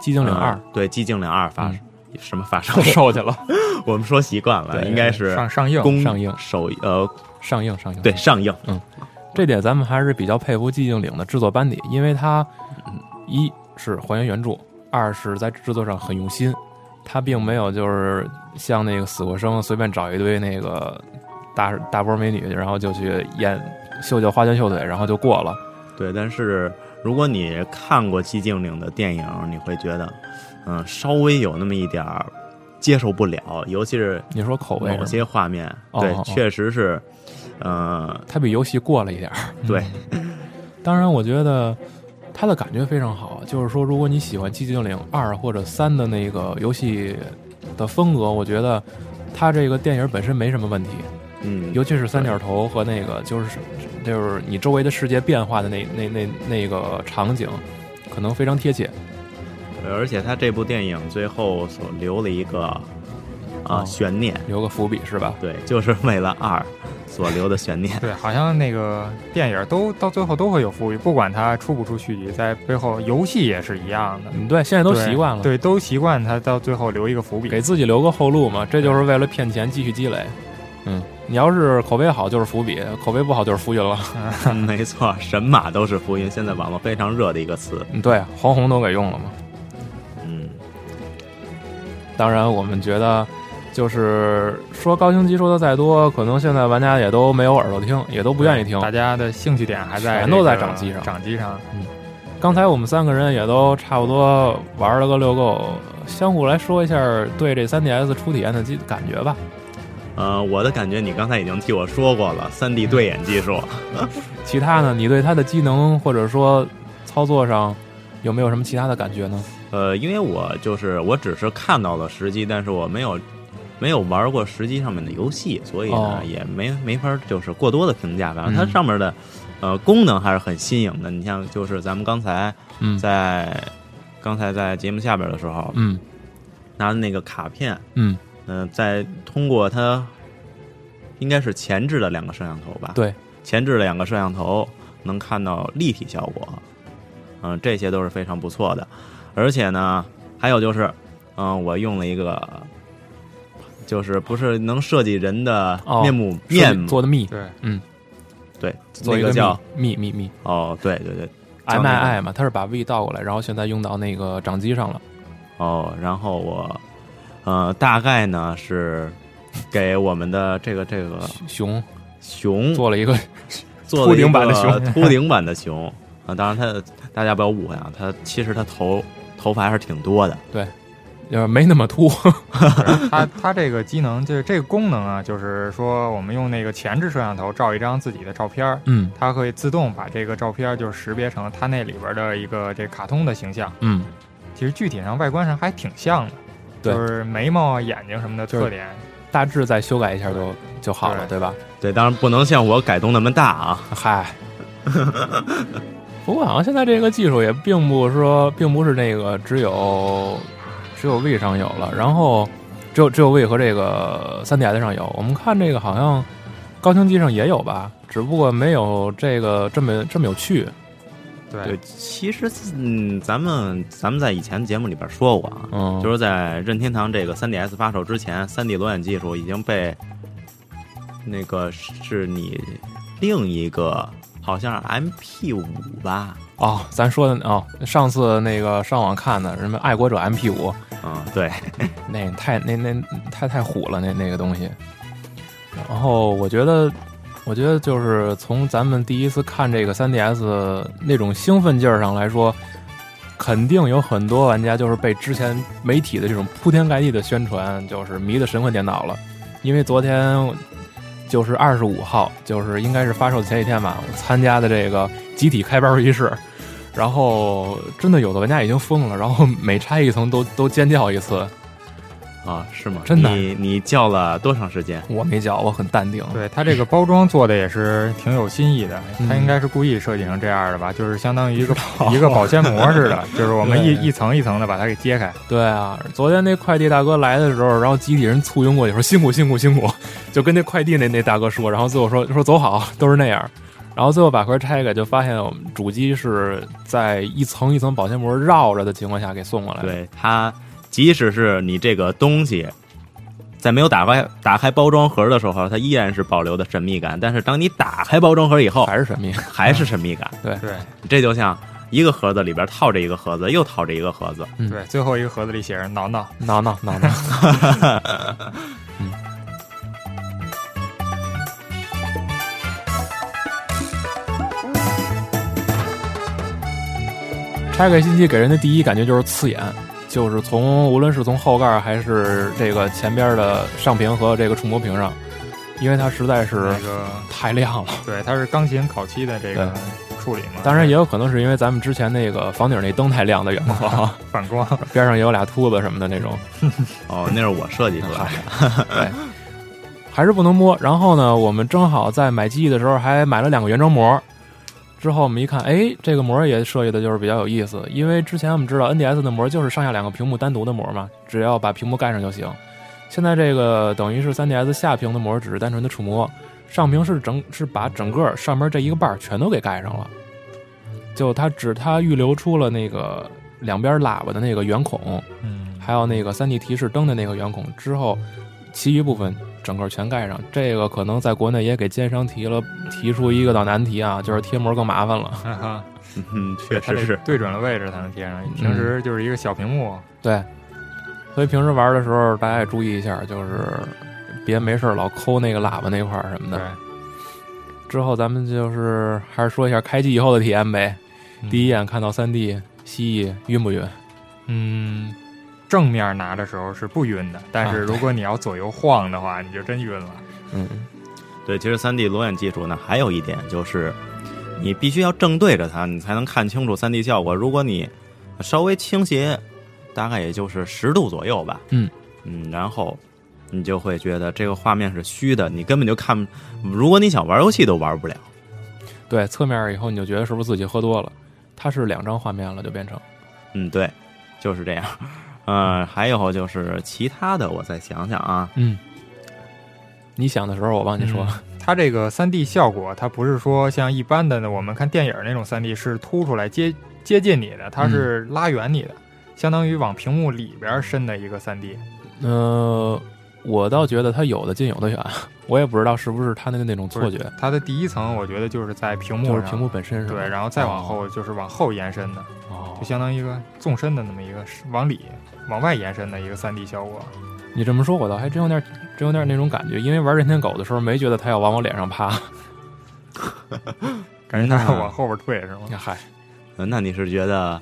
[SPEAKER 2] 寂静岭二
[SPEAKER 3] 呃对，寂静岭二发、
[SPEAKER 2] 嗯
[SPEAKER 3] 什么发生
[SPEAKER 2] 都？售去了，
[SPEAKER 3] 我们说习惯了，
[SPEAKER 2] 对
[SPEAKER 3] 应该是
[SPEAKER 4] 上上映，。
[SPEAKER 3] 公
[SPEAKER 2] 上映
[SPEAKER 3] 首呃，
[SPEAKER 2] 上映上映。
[SPEAKER 3] 对，上映。
[SPEAKER 2] 这点咱们还是比较佩服寂静岭的制作班底，因为它一是还原原著，二是在制作上很用心，它并没有就是像那个死过生随便找一堆那个大大波美女，然后就去演秀秀花拳绣腿，然后就过了。
[SPEAKER 3] 对，但是如果你看过寂静岭的电影，你会觉得，嗯，稍微有那么一点儿接受不了，尤其是
[SPEAKER 2] 你说口味
[SPEAKER 3] 某
[SPEAKER 2] 是吗，
[SPEAKER 3] 些画面，
[SPEAKER 2] 哦
[SPEAKER 3] 对，
[SPEAKER 2] 哦哦
[SPEAKER 3] 确实是，呃，
[SPEAKER 2] 它比游戏过了一点儿。
[SPEAKER 3] 对，
[SPEAKER 2] 当然，我觉得它的感觉非常好。就是说，如果你喜欢《寂静岭二》或者三的那个游戏的风格，我觉得它这个电影本身没什么问题，
[SPEAKER 3] 嗯，
[SPEAKER 2] 尤其是三角头和那个就是就是你周围的世界变化的那那那那个场景，可能非常贴切。
[SPEAKER 3] 而且他这部电影最后所留了一个啊、
[SPEAKER 2] 哦
[SPEAKER 3] 悬念，
[SPEAKER 2] 留个伏笔是吧？
[SPEAKER 3] 对，就是为了二所留的悬念
[SPEAKER 4] 对，好像那个电影都到最后都会有富裕，不管它出不出续集，在背后游戏也是一样的，
[SPEAKER 2] 嗯，对，现在都
[SPEAKER 4] 对
[SPEAKER 2] 习惯了，
[SPEAKER 4] 对，都习惯它到最后留一个伏笔。
[SPEAKER 2] 给自己留个后路嘛，这就是为了骗钱继续积累。嗯，你要是口碑好就是伏笔，口碑不好就是浮云了。
[SPEAKER 3] 没错，神马都是浮云，现在网络非常热的一个词。
[SPEAKER 2] 嗯，对，黄宏都给用了嘛。
[SPEAKER 3] 嗯，
[SPEAKER 2] 当然，我们觉得就是说高清机说的再多，可能现在玩家也都没有耳朵听，也都不愿意听。
[SPEAKER 4] 大家的兴趣点还在
[SPEAKER 2] 全都在
[SPEAKER 4] 这个
[SPEAKER 2] 掌机上
[SPEAKER 4] 掌机上，
[SPEAKER 2] 刚才我们三个人也都差不多玩了个遛够，相互来说一下对这 3DS 初体验的机感觉吧。
[SPEAKER 3] 呃，我的感觉你刚才已经替我说过了，三 D 对眼技术。
[SPEAKER 2] 其他呢，你对它的机能或者说操作上有没有什么其他的感觉呢？
[SPEAKER 3] 呃，因为我就是我只是看到了实机，但是我没有没有玩过实机上面的游戏，所以呢、
[SPEAKER 2] 哦
[SPEAKER 3] 也没没法儿就是过多的评价。反正它
[SPEAKER 2] 嗯
[SPEAKER 3] 上面的、呃功能还是很新颖的。你像就是咱们刚才
[SPEAKER 2] 嗯
[SPEAKER 3] 在、刚才在节目下边的时候、
[SPEAKER 2] 嗯
[SPEAKER 3] 拿的那个卡片，
[SPEAKER 2] 嗯，
[SPEAKER 3] 嗯、再通过它应该是前置的两个摄像头吧，
[SPEAKER 2] 对，
[SPEAKER 3] 前置的两个摄像头能看到立体效果，嗯、这些都是非常不错的。而且呢，还有就是，嗯、我用了一个，就是不是能设计人的
[SPEAKER 2] 哦
[SPEAKER 3] 面目、面目，
[SPEAKER 2] 做的密，
[SPEAKER 4] 对，
[SPEAKER 3] 对，
[SPEAKER 2] 做
[SPEAKER 3] 那
[SPEAKER 2] 一个
[SPEAKER 3] 叫
[SPEAKER 2] 密密密
[SPEAKER 3] 哦，对对对
[SPEAKER 2] M
[SPEAKER 3] 叫
[SPEAKER 2] I
[SPEAKER 3] 那个
[SPEAKER 2] I 嘛，它是把 V 倒过来，然后现在用到那个掌机上了。
[SPEAKER 3] 哦，然后我，呃，大概呢是给我们的这个这个
[SPEAKER 2] 啊熊
[SPEAKER 3] 熊
[SPEAKER 2] 做了一个
[SPEAKER 3] 做了
[SPEAKER 2] 秃
[SPEAKER 3] 一个
[SPEAKER 2] 顶版的熊
[SPEAKER 3] 秃顶版的熊啊！当然它，大家不要误会啊，它其实它头头发还是挺多的。
[SPEAKER 2] 就是呃没那么秃，
[SPEAKER 4] 它它这个机能就是这个功能啊，就是说我们用那个前置摄像头照一张自己的照片儿，
[SPEAKER 2] 嗯
[SPEAKER 4] 它会自动把这个照片儿就识别成它那里边儿的一个这卡通的形象。
[SPEAKER 2] 嗯，
[SPEAKER 4] 其实具体上外观上还挺像的，
[SPEAKER 2] 对
[SPEAKER 4] 就是眉毛啊、眼睛什么的
[SPEAKER 2] 就是
[SPEAKER 4] 特点。
[SPEAKER 2] 大致再修改一下就就好了，对
[SPEAKER 4] 对
[SPEAKER 2] 吧？
[SPEAKER 3] 对，当然不能像我改动那么大啊。
[SPEAKER 2] 嗨， 不过好像现在这个技术也并不是说，并不是那个只有只有 V 上有了，然后只有只有 V 和这个 3DS 上有。我们看这个好像高清机上也有吧，只不过没有这个这么这么有趣。
[SPEAKER 4] 对
[SPEAKER 3] 对，，其实嗯，咱们咱们在以前节目里边说过啊，
[SPEAKER 2] 嗯，
[SPEAKER 3] 就是是在任天堂这个 3DS 发售之前，3D 裸眼技术已经被那个是你另一个好像 MP 五吧，
[SPEAKER 2] 哦，咱说的哦，上次那个上网看的什么爱国者 MP 五，
[SPEAKER 3] 嗯，对，
[SPEAKER 2] 那太那那太太虎了，那那个东西。然后我觉得，我觉得就是从咱们第一次看这个 3DS 那种兴奋劲儿上来说，肯定有很多玩家就是被之前媒体的这种铺天盖地的宣传，就是迷得神魂颠倒了。因为昨天就是二十五号，就是应该是发售的前几天吧，我参加的这个集体开包仪式。然后真的有的玩家已经疯了，然后每拆一层都都尖叫一次，
[SPEAKER 3] 啊，是吗？
[SPEAKER 2] 真的
[SPEAKER 3] 你你叫了多长时间？
[SPEAKER 2] 我没脚，我很淡定。
[SPEAKER 4] 对它这个包装做的也是挺有新意的，
[SPEAKER 2] 嗯
[SPEAKER 4] 它应该是故意设计成这样的吧，就是相当 于一个一个保鲜膜似 的，就是我们一
[SPEAKER 2] 对
[SPEAKER 4] 一层一层的把它给揭开。
[SPEAKER 2] 对啊，昨天那快递大哥来的时候，然后集体人簇拥过去说辛苦辛苦辛苦， 就跟那快递那那大哥说，然后最后说说走好，都是那样。然后最后把盒拆开，就发现我们主机是在一层一层保鲜膜绕着的情况下给送过来的。
[SPEAKER 3] 对它，即使是你这个东西在没有打开打开包装盒的时候，它依然是保留的神秘感。但是当你打开包装盒以后，
[SPEAKER 2] 还是神秘。
[SPEAKER 3] 还是神秘感。
[SPEAKER 4] 对，
[SPEAKER 3] 这就像一个盒子里边套着一个盒子，又套着一个盒子，
[SPEAKER 2] 嗯
[SPEAKER 4] 对，最后一个盒子里写着“挠挠
[SPEAKER 2] 挠挠挠挠。嗯。拆开新机给人的第一感觉就是刺眼，就是从无论是从后盖儿还是这个前边的上屏和这个触摸屏上，因为它实在”，是
[SPEAKER 4] 那个
[SPEAKER 2] 太亮了。
[SPEAKER 4] 对，它是钢琴烤漆的这个处理嘛，
[SPEAKER 2] 当然也有可能是因为咱们之前那个房顶那灯太亮的缘故啊，
[SPEAKER 4] 反光，
[SPEAKER 2] 边上也有俩秃子什么的那种。
[SPEAKER 3] 哦，那是我设计出来的，
[SPEAKER 2] 还是不能摸。然后呢，我们正好在买机器的时候还买了两个原装膜。之后我们一看，哎，这个膜也设计的就是比较有意思，因为之前我们知道 NDS 的膜就是上下两个屏幕单独的膜嘛，只要把屏幕盖上就行。现在这个等于是 3DS 下屏的膜只是单纯的触摸，上屏是整是把整个上面这一个瓣儿全都给盖上了，就它只它预留出了那个两边喇叭的那个圆孔，
[SPEAKER 4] 嗯，
[SPEAKER 2] 还有那个三 D 提示灯的那个圆孔之后，其余部分整个全盖上。这个可能在国内也给奸商提了提出一个道难题啊，就是贴膜更麻烦了。
[SPEAKER 4] 哈哈，
[SPEAKER 3] 嗯，确
[SPEAKER 4] 它
[SPEAKER 3] 实
[SPEAKER 4] 得
[SPEAKER 3] 是，
[SPEAKER 4] 对准了位置才能贴上，平时就是一个小屏幕，
[SPEAKER 2] 对，所以平时玩的时候大家也注意一下，就是别没事儿老抠那个喇叭那块儿什么
[SPEAKER 4] 对
[SPEAKER 2] 的。，之后咱们就是还是说一下开机以后的体验呗。
[SPEAKER 4] 嗯
[SPEAKER 2] 第一眼看到三 D 蜥蜴晕不晕？
[SPEAKER 4] 嗯，正面拿的时候是不晕的，但是
[SPEAKER 2] 啊
[SPEAKER 4] 如果你要左右晃的话，你就真晕了。
[SPEAKER 2] 嗯，
[SPEAKER 3] 对，其实三 D 裸眼技术呢，还有一点就是，你必须要正对着它，你才能看清楚三 D 效果。如果你稍微倾斜，大概也就是十度左右吧，
[SPEAKER 2] 嗯
[SPEAKER 3] 嗯，然后你就会觉得这个画面是虚的，你根本就看，如果你想玩游戏都玩不了。
[SPEAKER 2] 对，侧面以后你就觉得是不是自己喝多了？它是两张画面了，就变成
[SPEAKER 3] 嗯，对，就是这样。呃，还有就是其他的，我再想想啊，
[SPEAKER 2] 嗯。你想的时候，我啊帮你说。
[SPEAKER 4] 嗯它这个三 D 效果，它不是说像一般的我们看电影那种三 D 是凸出来接接近你的，它是拉远你的，相当于往屏幕里边伸的一个三 D。
[SPEAKER 2] 呃，我倒觉得它有的近有的远， 我也不知道是不是它的那种错觉，
[SPEAKER 4] 它的第一层我觉得就是在屏幕
[SPEAKER 2] 就
[SPEAKER 4] 上，
[SPEAKER 2] 是屏幕本身是吧？
[SPEAKER 4] 对，然后再往后就是往后延伸的，
[SPEAKER 2] 哦
[SPEAKER 4] 就，相当于一个纵深的那么一个往里往外延伸的一个三 D 效 果。
[SPEAKER 2] 你这么说，我倒还真有点真有点那种感觉，因为玩任天狗的时候没觉得它要往我脸上趴。
[SPEAKER 4] 感觉它
[SPEAKER 3] 嗯
[SPEAKER 4] 往后边退是吗？
[SPEAKER 2] 嗨，
[SPEAKER 3] 呃那你是觉得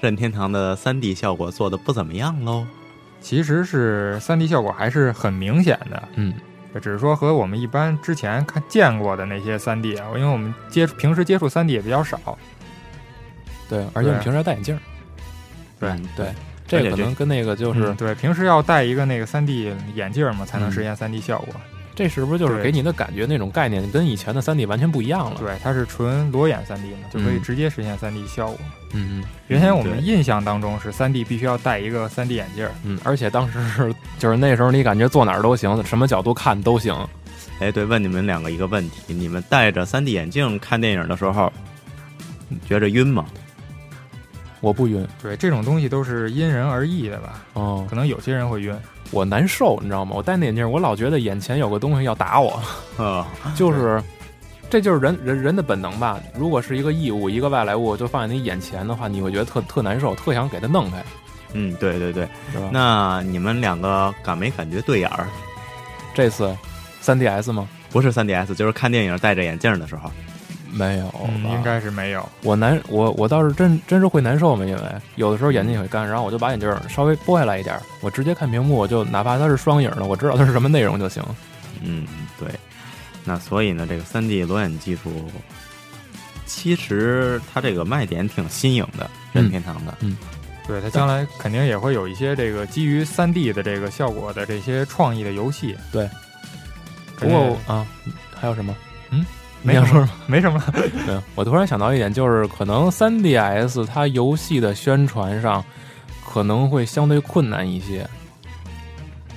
[SPEAKER 3] 任天堂的三 D 效果做的不怎么样喽？
[SPEAKER 4] 其实是三 D 效果还是很明显的，
[SPEAKER 2] 嗯，
[SPEAKER 4] 只是说和我们一般之前看见过的那些三 D 啊，因为我们接触平时接触三 D 也比较少，
[SPEAKER 2] 对，而且
[SPEAKER 4] 对
[SPEAKER 2] 你平时还戴眼镜儿，
[SPEAKER 4] 对
[SPEAKER 3] 嗯
[SPEAKER 2] 对这
[SPEAKER 3] 且
[SPEAKER 2] 个可能跟那个就、
[SPEAKER 4] 就是嗯对平时要戴一个那个三 D 眼镜嘛，才能实现三 D 效果。
[SPEAKER 2] 这是不是就是
[SPEAKER 4] 对
[SPEAKER 2] 给你的感觉那种概念跟以前的三 D 完全不一样了？
[SPEAKER 4] 对，它是纯裸眼三 D 嘛，就可以
[SPEAKER 2] 嗯
[SPEAKER 4] 直接实现三 D 效果。
[SPEAKER 2] 嗯嗯
[SPEAKER 4] 原先我们
[SPEAKER 3] 对
[SPEAKER 4] 印象当中是三 D 必须要戴一个三 D 眼镜，
[SPEAKER 2] 嗯，而且当时是 就是那时候你感觉坐哪儿都行，什么角度看都行。
[SPEAKER 3] 哎，对，问你们两个一个问题：你们戴着 3D 眼镜看电影的时候，你觉着晕吗？
[SPEAKER 2] 我不晕
[SPEAKER 4] 对，这种东西都是因人而异的吧，
[SPEAKER 2] 哦，
[SPEAKER 4] 可能有些人会晕。
[SPEAKER 2] 我难受，你知道吗？我戴那眼镜，我老觉得眼前有个东西要打我，
[SPEAKER 3] 啊，
[SPEAKER 2] 就是，这就是人人人的本能吧。如果是一个异物，一个外来物，就放在你眼前的话，你会觉得特特难受，特想给它弄开，
[SPEAKER 3] 嗯，对对对。
[SPEAKER 2] 是吧？
[SPEAKER 3] 那你们两个感没感觉对眼儿？
[SPEAKER 2] 这次三 DS 吗？
[SPEAKER 3] 不是 3DS，就是看电影戴着眼镜的时候。
[SPEAKER 2] 没有
[SPEAKER 4] 嗯，应该是没有。
[SPEAKER 2] 我难，我我倒是真真是会难受嘛，因为有的时候眼睛也会干，然后我就把眼镜儿稍微拨下来一点儿，我直接看屏幕，我就哪怕它是双影的，我知道它是什么内容就行。
[SPEAKER 3] 嗯，对。那所以呢，这个 3D 裸眼技术，其实它这个卖点挺新颖的，任天堂的。
[SPEAKER 4] 对，它将来肯定也会有一些这个基于三 D 的这个效果的这些创意的游戏。
[SPEAKER 2] 对，不
[SPEAKER 4] 肯定
[SPEAKER 2] 过啊，还有什么？
[SPEAKER 4] 嗯，
[SPEAKER 2] 你
[SPEAKER 4] 没
[SPEAKER 2] 想
[SPEAKER 4] 什
[SPEAKER 2] 说什么
[SPEAKER 4] 么，没什么了。
[SPEAKER 2] 对，我突然想到一点，就是可能 3DS 它游戏的宣传上可能会相对困难一些，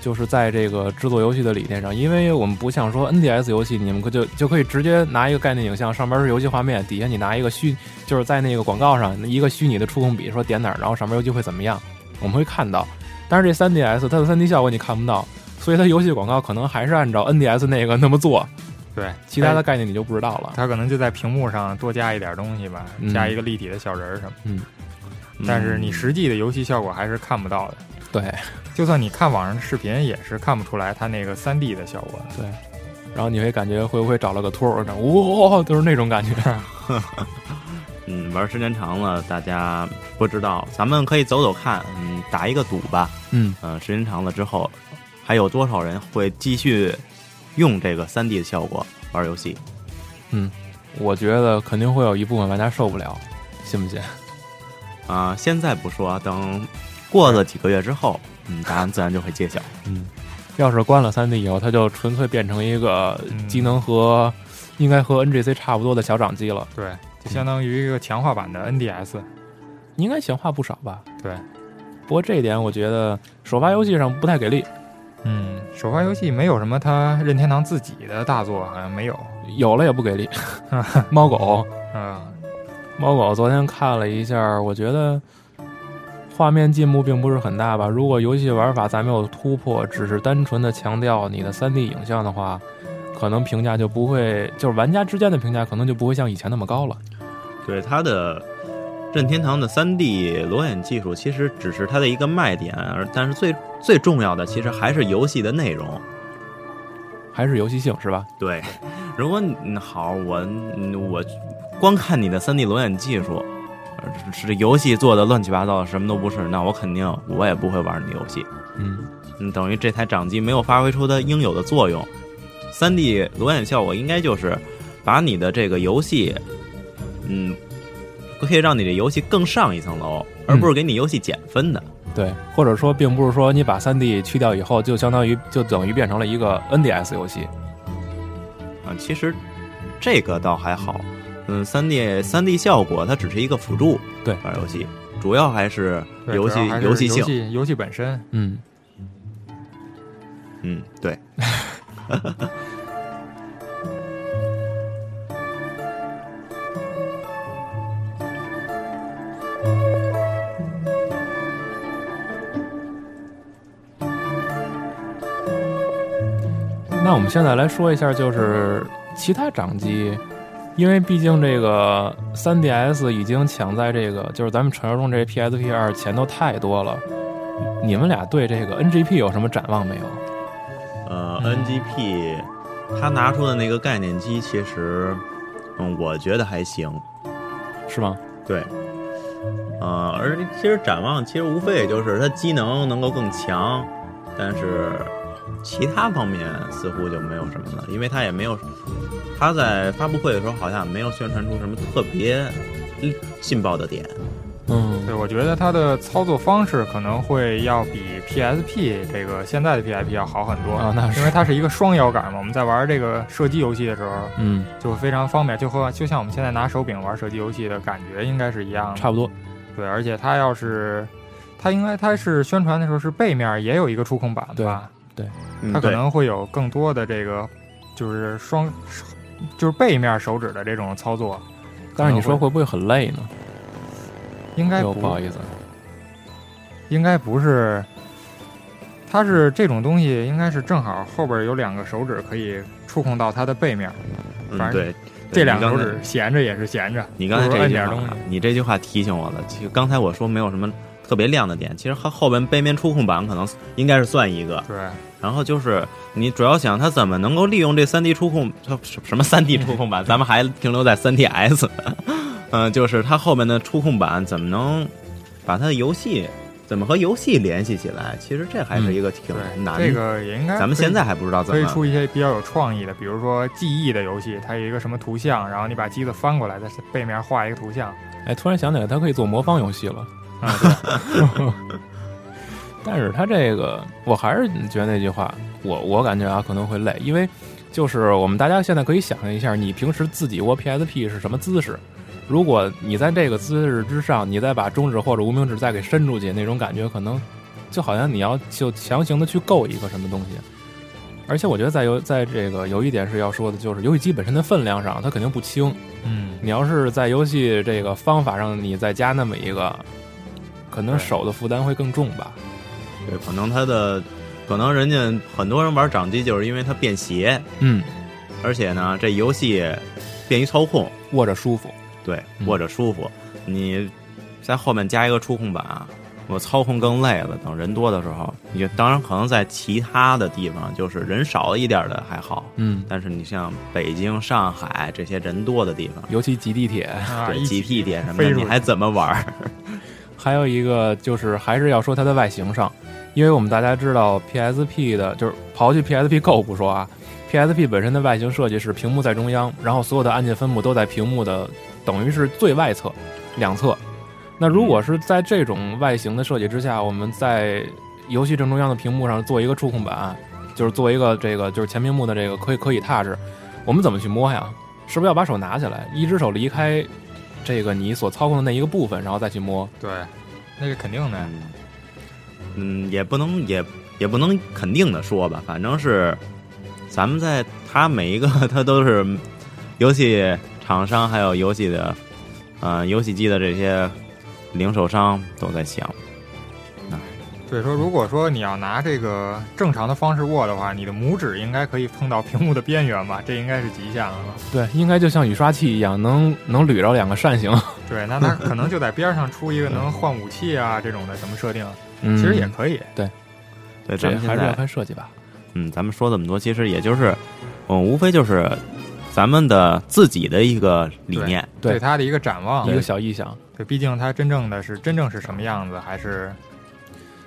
[SPEAKER 2] 就是在这个制作游戏的理念上，因为我们不像说 NDS 游戏，你们可就就可以直接拿一个概念影像，上边是游戏画面，底下你拿一个虚，就是在那个广告上一个虚拟的触控笔，说点哪儿，然后上面游戏会怎么样，我们会看到。但是这 3DS 它的 3D 效果你看不到，所以它游戏广告可能还是按照 NDS 那个那么做，
[SPEAKER 4] 对，哎
[SPEAKER 2] 其他的概念你就不知道了。
[SPEAKER 4] 它可能就在屏幕上多加一点东西吧，
[SPEAKER 2] 嗯
[SPEAKER 4] 加一个立体的小人儿什么的，
[SPEAKER 3] 嗯
[SPEAKER 4] 但是你实际的游戏效果还是看不到的。
[SPEAKER 2] 对，
[SPEAKER 4] 就算你看网上的视频，也是看不出来它那个三 D 的效果的。
[SPEAKER 2] 然后你会感觉会不会找了个托儿呢？哇、就是那种感觉。
[SPEAKER 3] 嗯，玩时间长了，大家不知道，咱们可以走走看，嗯，打一个赌吧。
[SPEAKER 2] 嗯
[SPEAKER 3] 嗯、时间长了之后，还有多少人会继续用这个三 D 的效果玩游戏？
[SPEAKER 2] 我觉得肯定会有一部分玩家受不了，信不信？
[SPEAKER 3] 啊、现在不说，等过了几个月之后，嗯，答案自然就会揭晓。
[SPEAKER 2] 要是关了三 D 以后，它就纯粹变成一个
[SPEAKER 4] 嗯
[SPEAKER 2] 机能和、应该和 NGC 差不多的小掌机了。
[SPEAKER 4] 对，就相当于一个强化版的 NDS。
[SPEAKER 2] 应该显化不少吧？
[SPEAKER 4] 对。
[SPEAKER 2] 不过这一点，我觉得首发游戏上不太给力。
[SPEAKER 4] 嗯，首发游戏没有什么它任天堂自己的大作，好像没有。
[SPEAKER 2] 有了也不给力。 猫狗，
[SPEAKER 4] 嗯，
[SPEAKER 2] 猫狗昨天看了一下，我觉得画面进步并不是很大吧。如果游戏玩法咱没有突破，只是单纯的强调你的 3D 影像的话，可能评价就不会，就是玩家之间的评价可能就不会像以前那么高了。
[SPEAKER 3] 对它的任天堂的三 D 裸眼技术，其实只是它的一个卖点，而但是最最重要的，其实还是游戏的内容。
[SPEAKER 2] 还是游戏性是吧？
[SPEAKER 3] 对， 如果你嗯好，我嗯我光看你的三 D 裸眼技术，呃是游戏做的乱七八糟，什么都不是，那我肯定我也不会玩你的游戏。
[SPEAKER 2] 嗯，
[SPEAKER 3] 嗯，等于这台掌机没有发挥出它应有的作用。三 D 裸眼效果应该就是把你的这个游戏，嗯，可以让你的游戏更上一层楼，而
[SPEAKER 4] 嗯
[SPEAKER 3] 不是给你游戏减分的。
[SPEAKER 2] 对，或者说并不是说你把 3D 去掉以后，就相当于就等于变成了一个 NDS 游戏。
[SPEAKER 3] 啊，其实这个倒还好。嗯，三 D 三 D 效果它只是一个辅助，
[SPEAKER 2] 对
[SPEAKER 3] 玩游戏主要还是
[SPEAKER 4] 对
[SPEAKER 3] 游
[SPEAKER 4] 主
[SPEAKER 3] 戏
[SPEAKER 4] 要还是
[SPEAKER 3] 游
[SPEAKER 4] 游
[SPEAKER 3] 戏性。
[SPEAKER 4] 戏游戏本身。
[SPEAKER 2] 嗯，
[SPEAKER 3] 嗯，对。
[SPEAKER 2] 那我们现在来说一下，就是其他掌机，因为毕竟这个 3DS 已经抢在这个就是咱们传说中这 PSP 二前头太多了。你们俩对这个 NGP 有什么展望没有？
[SPEAKER 3] 呃
[SPEAKER 4] 嗯
[SPEAKER 3] ，NGP 它拿出的那个概念机，其实嗯，我觉得还行。
[SPEAKER 2] 是吗？
[SPEAKER 3] 对，呃，而其实展望其实无非也就是它机能能够更强，但是其他方面似乎就没有什么了，因为它也没有，它在发布会的时候好像没有宣传出什么特别嗯劲爆的点。
[SPEAKER 2] 嗯
[SPEAKER 4] 对，我觉得它的操作方式可能会要比 PSP 这个现在的 PSP 要好很多
[SPEAKER 2] 啊那是
[SPEAKER 4] 因为它是一个双摇杆嘛。我们在玩这个射击游戏的时候，
[SPEAKER 2] 嗯，
[SPEAKER 4] 就非常方便，就和就像我们现在拿手柄玩射击游戏的感觉应该是一样的。
[SPEAKER 2] 差不多。
[SPEAKER 4] 对，而且它要是，它应该它是宣传的时候是背面也有一个触控板
[SPEAKER 2] 对
[SPEAKER 4] 吧？
[SPEAKER 3] 嗯
[SPEAKER 4] 它可
[SPEAKER 3] 对
[SPEAKER 4] 能会有更多的这个，就是双，就是背面手指的这种操作，
[SPEAKER 2] 但是你说会不会很累呢？
[SPEAKER 4] 应该
[SPEAKER 2] 又不好
[SPEAKER 4] 不
[SPEAKER 2] 意思，
[SPEAKER 4] 应该不是。它是这种东西，应该是正好后边有两个手指可以触控到它的背面，
[SPEAKER 3] 嗯
[SPEAKER 4] 反正
[SPEAKER 3] 对，
[SPEAKER 4] 这两个手
[SPEAKER 3] 你刚才
[SPEAKER 4] 指闲着也是闲着，
[SPEAKER 3] 你刚才
[SPEAKER 4] 不如
[SPEAKER 3] 这
[SPEAKER 4] 摁
[SPEAKER 3] 句
[SPEAKER 4] 点
[SPEAKER 3] 话
[SPEAKER 4] 东西
[SPEAKER 3] 啊，。你这句话提醒我了。其实刚才我说没有什么特别亮的点，其实它后边背面触控板可能应该是算一个。
[SPEAKER 4] 对，
[SPEAKER 3] 然后就是你主要想它怎么能够利用这三 D 触控，它什什么三 D 触控板，咱们还停留在三 DS，嗯、就是它后面的触控板怎哎么能把它的游戏怎么和游戏联系起来？其实这还是一个挺
[SPEAKER 4] 对，
[SPEAKER 3] 难的。
[SPEAKER 4] 这个也应该
[SPEAKER 3] 咱们
[SPEAKER 4] 可以
[SPEAKER 3] 现在还不知道怎
[SPEAKER 4] 可以
[SPEAKER 3] 么
[SPEAKER 4] 出一些比较有创意的，比如说记忆的游戏，它有一个什么图像，然后你把机子翻过来，在背面画一个图像。
[SPEAKER 2] 哎，突然想起来，它可以做魔方游戏了。
[SPEAKER 4] 啊、对
[SPEAKER 2] 但是它这个，我还是觉得那句话，我我感觉啊可能会累，因为就是我们大家现在可以想象一下，你平时自己握 PSP 是什么姿势？如果你在这个姿势之上，你再把中指或者无名指再给伸出去，那种感觉可能就好像你要就强行的去够一个什么东西。而且我觉得在游在这个有一点是要说的，就是游戏机本身的分量上，它肯定不轻。
[SPEAKER 4] 嗯，
[SPEAKER 2] 你要是在游戏这个方法上，你再加那么一个，可能
[SPEAKER 4] 对
[SPEAKER 2] 手的负担会更重吧。
[SPEAKER 3] 对，可能它的可能人家很多人玩掌机就是因为它便携，
[SPEAKER 2] 嗯，
[SPEAKER 3] 而且呢，这游戏便于操控，
[SPEAKER 2] 握着舒服。
[SPEAKER 3] 对，
[SPEAKER 2] 嗯
[SPEAKER 3] 握着舒服。你在后面加一个触控板，我操控更累了。等人多的时候，你就当然可能在其他的地方，就是人少一点的还好，
[SPEAKER 2] 嗯，
[SPEAKER 3] 但是你像北京、上海这些人多的地方，
[SPEAKER 2] 尤其挤地铁。
[SPEAKER 4] 啊，
[SPEAKER 3] 对
[SPEAKER 4] 一
[SPEAKER 3] 集
[SPEAKER 4] 起
[SPEAKER 3] 体点什么
[SPEAKER 4] 飞
[SPEAKER 3] 的，
[SPEAKER 4] 出
[SPEAKER 3] 你
[SPEAKER 4] 去
[SPEAKER 3] 还怎么玩儿？
[SPEAKER 2] 还有一个就是还是要说它的外形上，因为我们大家知道 PSP 的，就是刨去 PSP Go 不说啊，PSP 本身的外形设计是屏幕在中央，然后所有的按键分布都在屏幕的等于是最外侧两侧。那如果是在这种外形的设计之下，我们在游戏正中央的屏幕上做一个触控板，就是做一个这个就是前屏幕的这个可以可以踏实，我们怎么去摸呀？是不是要把手拿起来，一只手离开这个你所操控的那一个部分，然后再去摸？
[SPEAKER 4] 对，那是肯定的。
[SPEAKER 3] 嗯，嗯，也不能也也不能肯定的说吧，反正是咱们在它每一个它都是游戏厂商还有游戏的呃游戏机的这些零售商都在想，
[SPEAKER 4] 对，说如果说你要拿这个正常的方式握的话，你的拇指应该可以碰到屏幕的边缘吧？这应该是极限了吧。
[SPEAKER 2] 对，应该就像雨刷器一样，能能捋着两个扇形。
[SPEAKER 4] 对，那它可能就在边上出一个能换武器啊这种的什么设定，
[SPEAKER 2] 嗯
[SPEAKER 4] 其实也可以。
[SPEAKER 3] 对，咱
[SPEAKER 2] 这
[SPEAKER 3] 们现
[SPEAKER 2] 还是要
[SPEAKER 3] 在
[SPEAKER 2] 看设计吧。
[SPEAKER 3] 嗯，咱们说这么多，其实也就是嗯，无非就是咱们的自己的一个理念，
[SPEAKER 2] 对
[SPEAKER 4] 对它的一个展望
[SPEAKER 2] 一，个小意向，
[SPEAKER 4] 对，毕竟它真正的是真正是什么样子，还是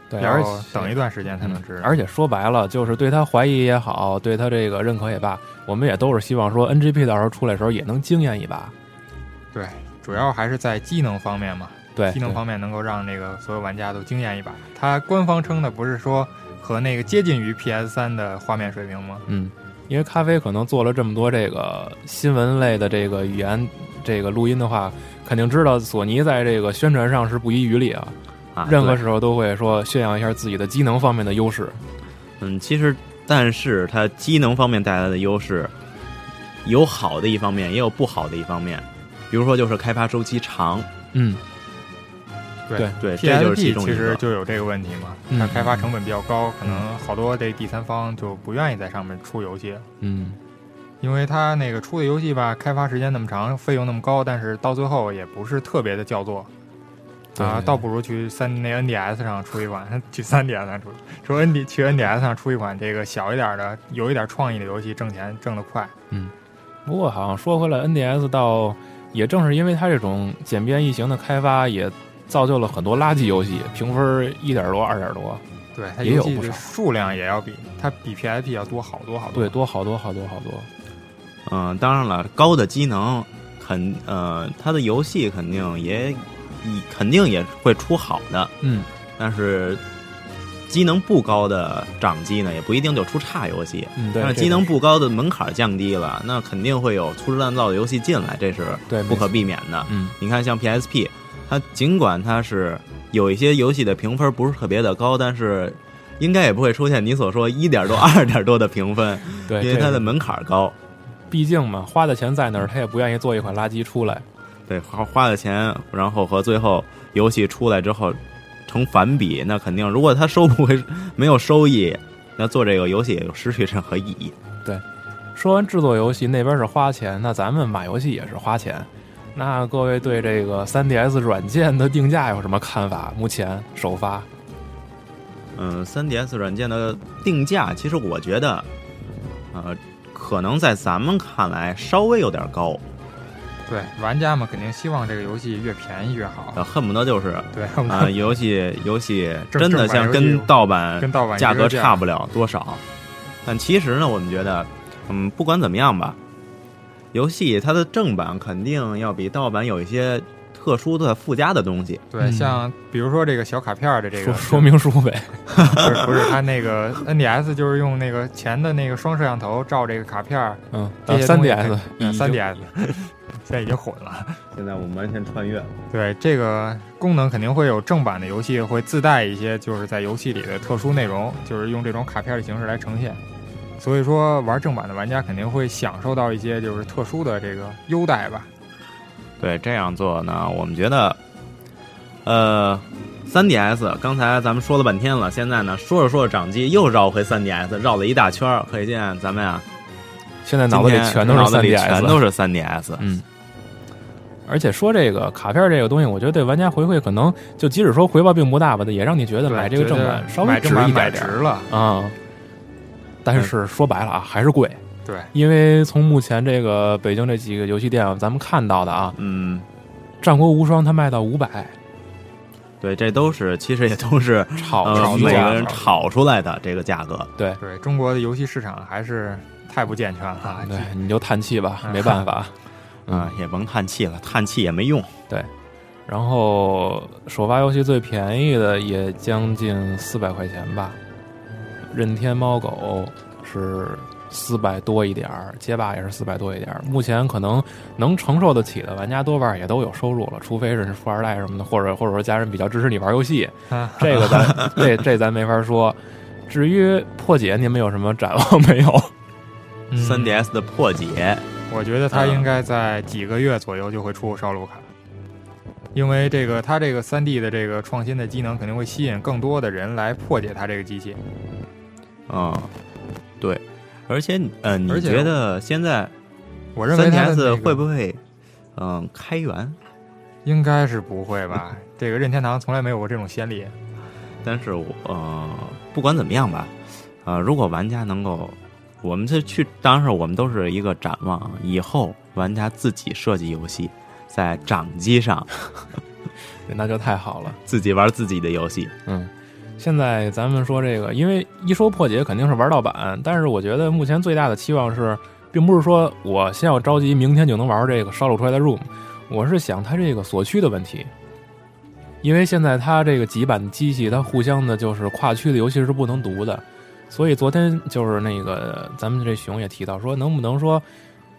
[SPEAKER 2] 对，而
[SPEAKER 4] 要
[SPEAKER 2] 且嗯
[SPEAKER 4] 等一段时间才能知道。
[SPEAKER 2] 而且说白了，就是对他怀疑也好，对他这个认可也罢，我们也都是希望说 NGP 到时候出来的时候也能惊艳一把。
[SPEAKER 4] 主要还是在机能方面嘛，
[SPEAKER 2] 对，
[SPEAKER 4] 机能
[SPEAKER 2] 对
[SPEAKER 4] 方面能够让这个所有玩家都惊艳一把。它官方称的不是说和那个接近于 PS 三的画面水平吗？
[SPEAKER 2] 嗯，因为咖啡可能做了这么多这个新闻类的这个语言这个录音的话，肯定知道索尼在这个宣传上是不遗余力啊，
[SPEAKER 3] 啊，
[SPEAKER 2] 任何
[SPEAKER 3] 对
[SPEAKER 2] 时候都会说炫耀一下自己的机能方面的优势。
[SPEAKER 3] 嗯，其实但是它机能方面带来的优势，有好的一方面，也有不好的一方面。比如说，就是开发周期长，
[SPEAKER 2] 嗯，
[SPEAKER 3] 对，这就是其
[SPEAKER 4] PSP
[SPEAKER 3] 中
[SPEAKER 4] 其
[SPEAKER 3] 一
[SPEAKER 4] 实
[SPEAKER 3] 个。
[SPEAKER 4] 就有这个问题嘛，
[SPEAKER 2] 嗯
[SPEAKER 4] 它开发成本比较高，可能好多这第三方就不愿意在上面出游戏了，
[SPEAKER 2] 嗯，
[SPEAKER 4] 因为它那个出的游戏吧，开发时间那么长，费用那么高，但是到最后也不是特别的叫座。
[SPEAKER 2] 对
[SPEAKER 4] 啊，倒不如去三那 NDS 上出一款，去三 DS 上出，说 ND 去 NDS 上出一款这个小一点的、有一点创意的游戏，挣钱挣得快。
[SPEAKER 2] 不过好像说回来，NDS 到也正是因为它这种简便易行的开发，也造就了很多垃圾游戏，评分一点多、二点多，
[SPEAKER 4] 对，它
[SPEAKER 2] 也
[SPEAKER 4] 游
[SPEAKER 2] 有
[SPEAKER 4] 戏
[SPEAKER 2] 不
[SPEAKER 4] 的
[SPEAKER 2] 少
[SPEAKER 4] 数量也要比它比 PSP 要多好多好多。
[SPEAKER 2] 对，多好多好多好多。
[SPEAKER 3] 嗯、当然了，高的机能肯呃，它的游戏肯定也以肯定也会出好的，
[SPEAKER 2] 嗯，
[SPEAKER 3] 但是机能不高的掌机呢，也不一定就出差游戏。
[SPEAKER 2] 嗯，对，
[SPEAKER 3] 但是
[SPEAKER 2] 这
[SPEAKER 3] 机能
[SPEAKER 2] 个
[SPEAKER 3] 不高的门槛降低了，那肯定会有粗制滥造的游戏进来，这是
[SPEAKER 2] 对
[SPEAKER 3] 不
[SPEAKER 2] 没
[SPEAKER 3] 可。
[SPEAKER 2] 错
[SPEAKER 3] 避免的。
[SPEAKER 2] 嗯
[SPEAKER 3] 你看，像 PSP，它尽管它是有一些游戏的评分不是特别的高，但是应该也不会出现你所说一点多、二点多的评分，
[SPEAKER 2] 对，
[SPEAKER 3] 因为
[SPEAKER 2] 这
[SPEAKER 3] 它的
[SPEAKER 2] 个
[SPEAKER 3] 门槛高。
[SPEAKER 2] 毕竟嘛，花的钱在那儿，他也不愿意做一款垃圾出来。
[SPEAKER 3] 对，花花的钱，然后和最后游戏出来之后成反比，那肯定，如果它收不回没有收益，那做这个游戏也就失去任何意义。
[SPEAKER 2] 说完制作游戏那边是花钱，那咱们买游戏也是花钱。那各位对这 个 3DS 软件的定价有什么看法？目前首发，
[SPEAKER 3] 嗯，3 DS 软件的定价，其实我觉得，呃，可能在咱们看来稍微有点高，
[SPEAKER 4] 对玩家们肯定希望这个游戏越便宜越好。
[SPEAKER 3] 呃，恨不得就是
[SPEAKER 4] 对， 我们
[SPEAKER 3] 啊、游戏游戏
[SPEAKER 4] 正
[SPEAKER 3] 真的
[SPEAKER 4] 正版
[SPEAKER 3] 像
[SPEAKER 4] 游戏
[SPEAKER 3] 跟盗版
[SPEAKER 4] 跟盗版
[SPEAKER 3] 价格差
[SPEAKER 4] 不
[SPEAKER 3] 不了多少，但其实呢，我们觉得，嗯，不管怎么样吧，游戏它的正版肯定要比盗版有一些特殊的附加的东西。
[SPEAKER 4] 对，
[SPEAKER 2] 嗯
[SPEAKER 4] 像比如说这个小卡片儿的这
[SPEAKER 2] 说
[SPEAKER 4] 个
[SPEAKER 2] 说明书 呗。
[SPEAKER 4] 不 是不是，它那个 NDS 就是用那个前的那个双摄像头照这个卡片儿，
[SPEAKER 2] 嗯，
[SPEAKER 4] 这些
[SPEAKER 2] 三
[SPEAKER 4] 东西
[SPEAKER 2] DS
[SPEAKER 4] 嗯，三 DS 现在已经混了。
[SPEAKER 3] 现在我们完全穿越了，
[SPEAKER 4] 对，这个功能肯定会有正版的游戏会自带一些就是在游戏里的特殊内容，就是用这种卡片的形式来呈现。所以说，玩正版的玩家肯定会享受到一些就是特殊的这个优待吧。
[SPEAKER 3] 对，这样做呢，我们觉得，呃。3DS，刚才咱们说了半天了，现在呢，说着说着掌机又绕回 3DS，绕了一大圈儿，可见咱们呀、
[SPEAKER 2] 现在脑子里
[SPEAKER 3] 今天
[SPEAKER 2] 全都是
[SPEAKER 3] 脑子
[SPEAKER 2] 3
[SPEAKER 3] 里
[SPEAKER 2] DS，
[SPEAKER 3] 全都是三 DS，
[SPEAKER 2] 嗯。而且说这个卡片这个东西，我觉得对玩家回馈可能就即使说回报并不大吧，但也让你觉得
[SPEAKER 4] 对
[SPEAKER 2] 买这个
[SPEAKER 4] 觉
[SPEAKER 2] 正
[SPEAKER 4] 得
[SPEAKER 2] 版稍微
[SPEAKER 4] 买
[SPEAKER 2] 值
[SPEAKER 4] 正版
[SPEAKER 2] 一点
[SPEAKER 4] 买
[SPEAKER 2] 点
[SPEAKER 4] 值
[SPEAKER 2] 儿
[SPEAKER 4] 了，
[SPEAKER 2] 啊、但是说白了啊，还是贵，
[SPEAKER 4] 对，
[SPEAKER 2] 因为从目前这个北京这几个游戏店咱们看到的啊，
[SPEAKER 3] 嗯，
[SPEAKER 2] 《战国无双》它卖到五百，
[SPEAKER 3] 对，这都是其实也都是
[SPEAKER 2] 炒
[SPEAKER 3] 呃
[SPEAKER 2] 炒
[SPEAKER 3] 每
[SPEAKER 2] 作
[SPEAKER 3] 个
[SPEAKER 4] 啊
[SPEAKER 3] 人炒出来的这个价格，
[SPEAKER 4] 对中国的游戏市场还是太不健全了。
[SPEAKER 2] 对，你就叹气吧，
[SPEAKER 4] 嗯
[SPEAKER 2] 没办法。
[SPEAKER 3] 啊，也甭叹气了，叹气也没用。
[SPEAKER 2] 然后首发游戏最便宜的也将近四百块钱吧，任天猫狗是四百多一点儿，街霸也是四百多一点儿。目前可能能承受得起的玩家多半也都有收入了，除非是富二代什么的，或者或者说家人比较支持你玩游戏，
[SPEAKER 4] 啊
[SPEAKER 2] 这个咱这这咱没法说。至于破解，你们有什么展望没有？
[SPEAKER 4] 嗯
[SPEAKER 3] 三 DS 的破解，
[SPEAKER 4] 我觉得它
[SPEAKER 3] 嗯
[SPEAKER 4] 应该在几个月左右就会出烧录卡，因为这个它这个三 D 的这个创新的机能肯定会吸引更多的人来破解它这个机器。
[SPEAKER 3] 嗯，对，而且呃，你
[SPEAKER 4] 而且
[SPEAKER 3] 觉得现在
[SPEAKER 4] 我认为
[SPEAKER 3] 三
[SPEAKER 4] 它的、那
[SPEAKER 3] DS
[SPEAKER 4] 个、
[SPEAKER 3] 会不会嗯开源？
[SPEAKER 4] 应该是不会吧？这个任天堂从来没有过这种先例。
[SPEAKER 3] 但是我呃，不管怎么样吧，呃，如果玩家能够，我们是去，当然是我们都是一个展望，啊以后玩家自己设计游戏，在掌机上
[SPEAKER 2] 那就太好了。
[SPEAKER 3] 自己玩自己的游戏，
[SPEAKER 2] 嗯，现在咱们说这个，因为一说破解肯定是玩盗版，但是我觉得目前最大的期望是，并不是说我先要着急明天就能玩这个烧录出来的 Room，我是想它这个所需的问题。因为现在它这个几版机器，它互相的就是跨区的游戏是不能读的，所以昨天就是那个咱们这熊也提到说，能不能说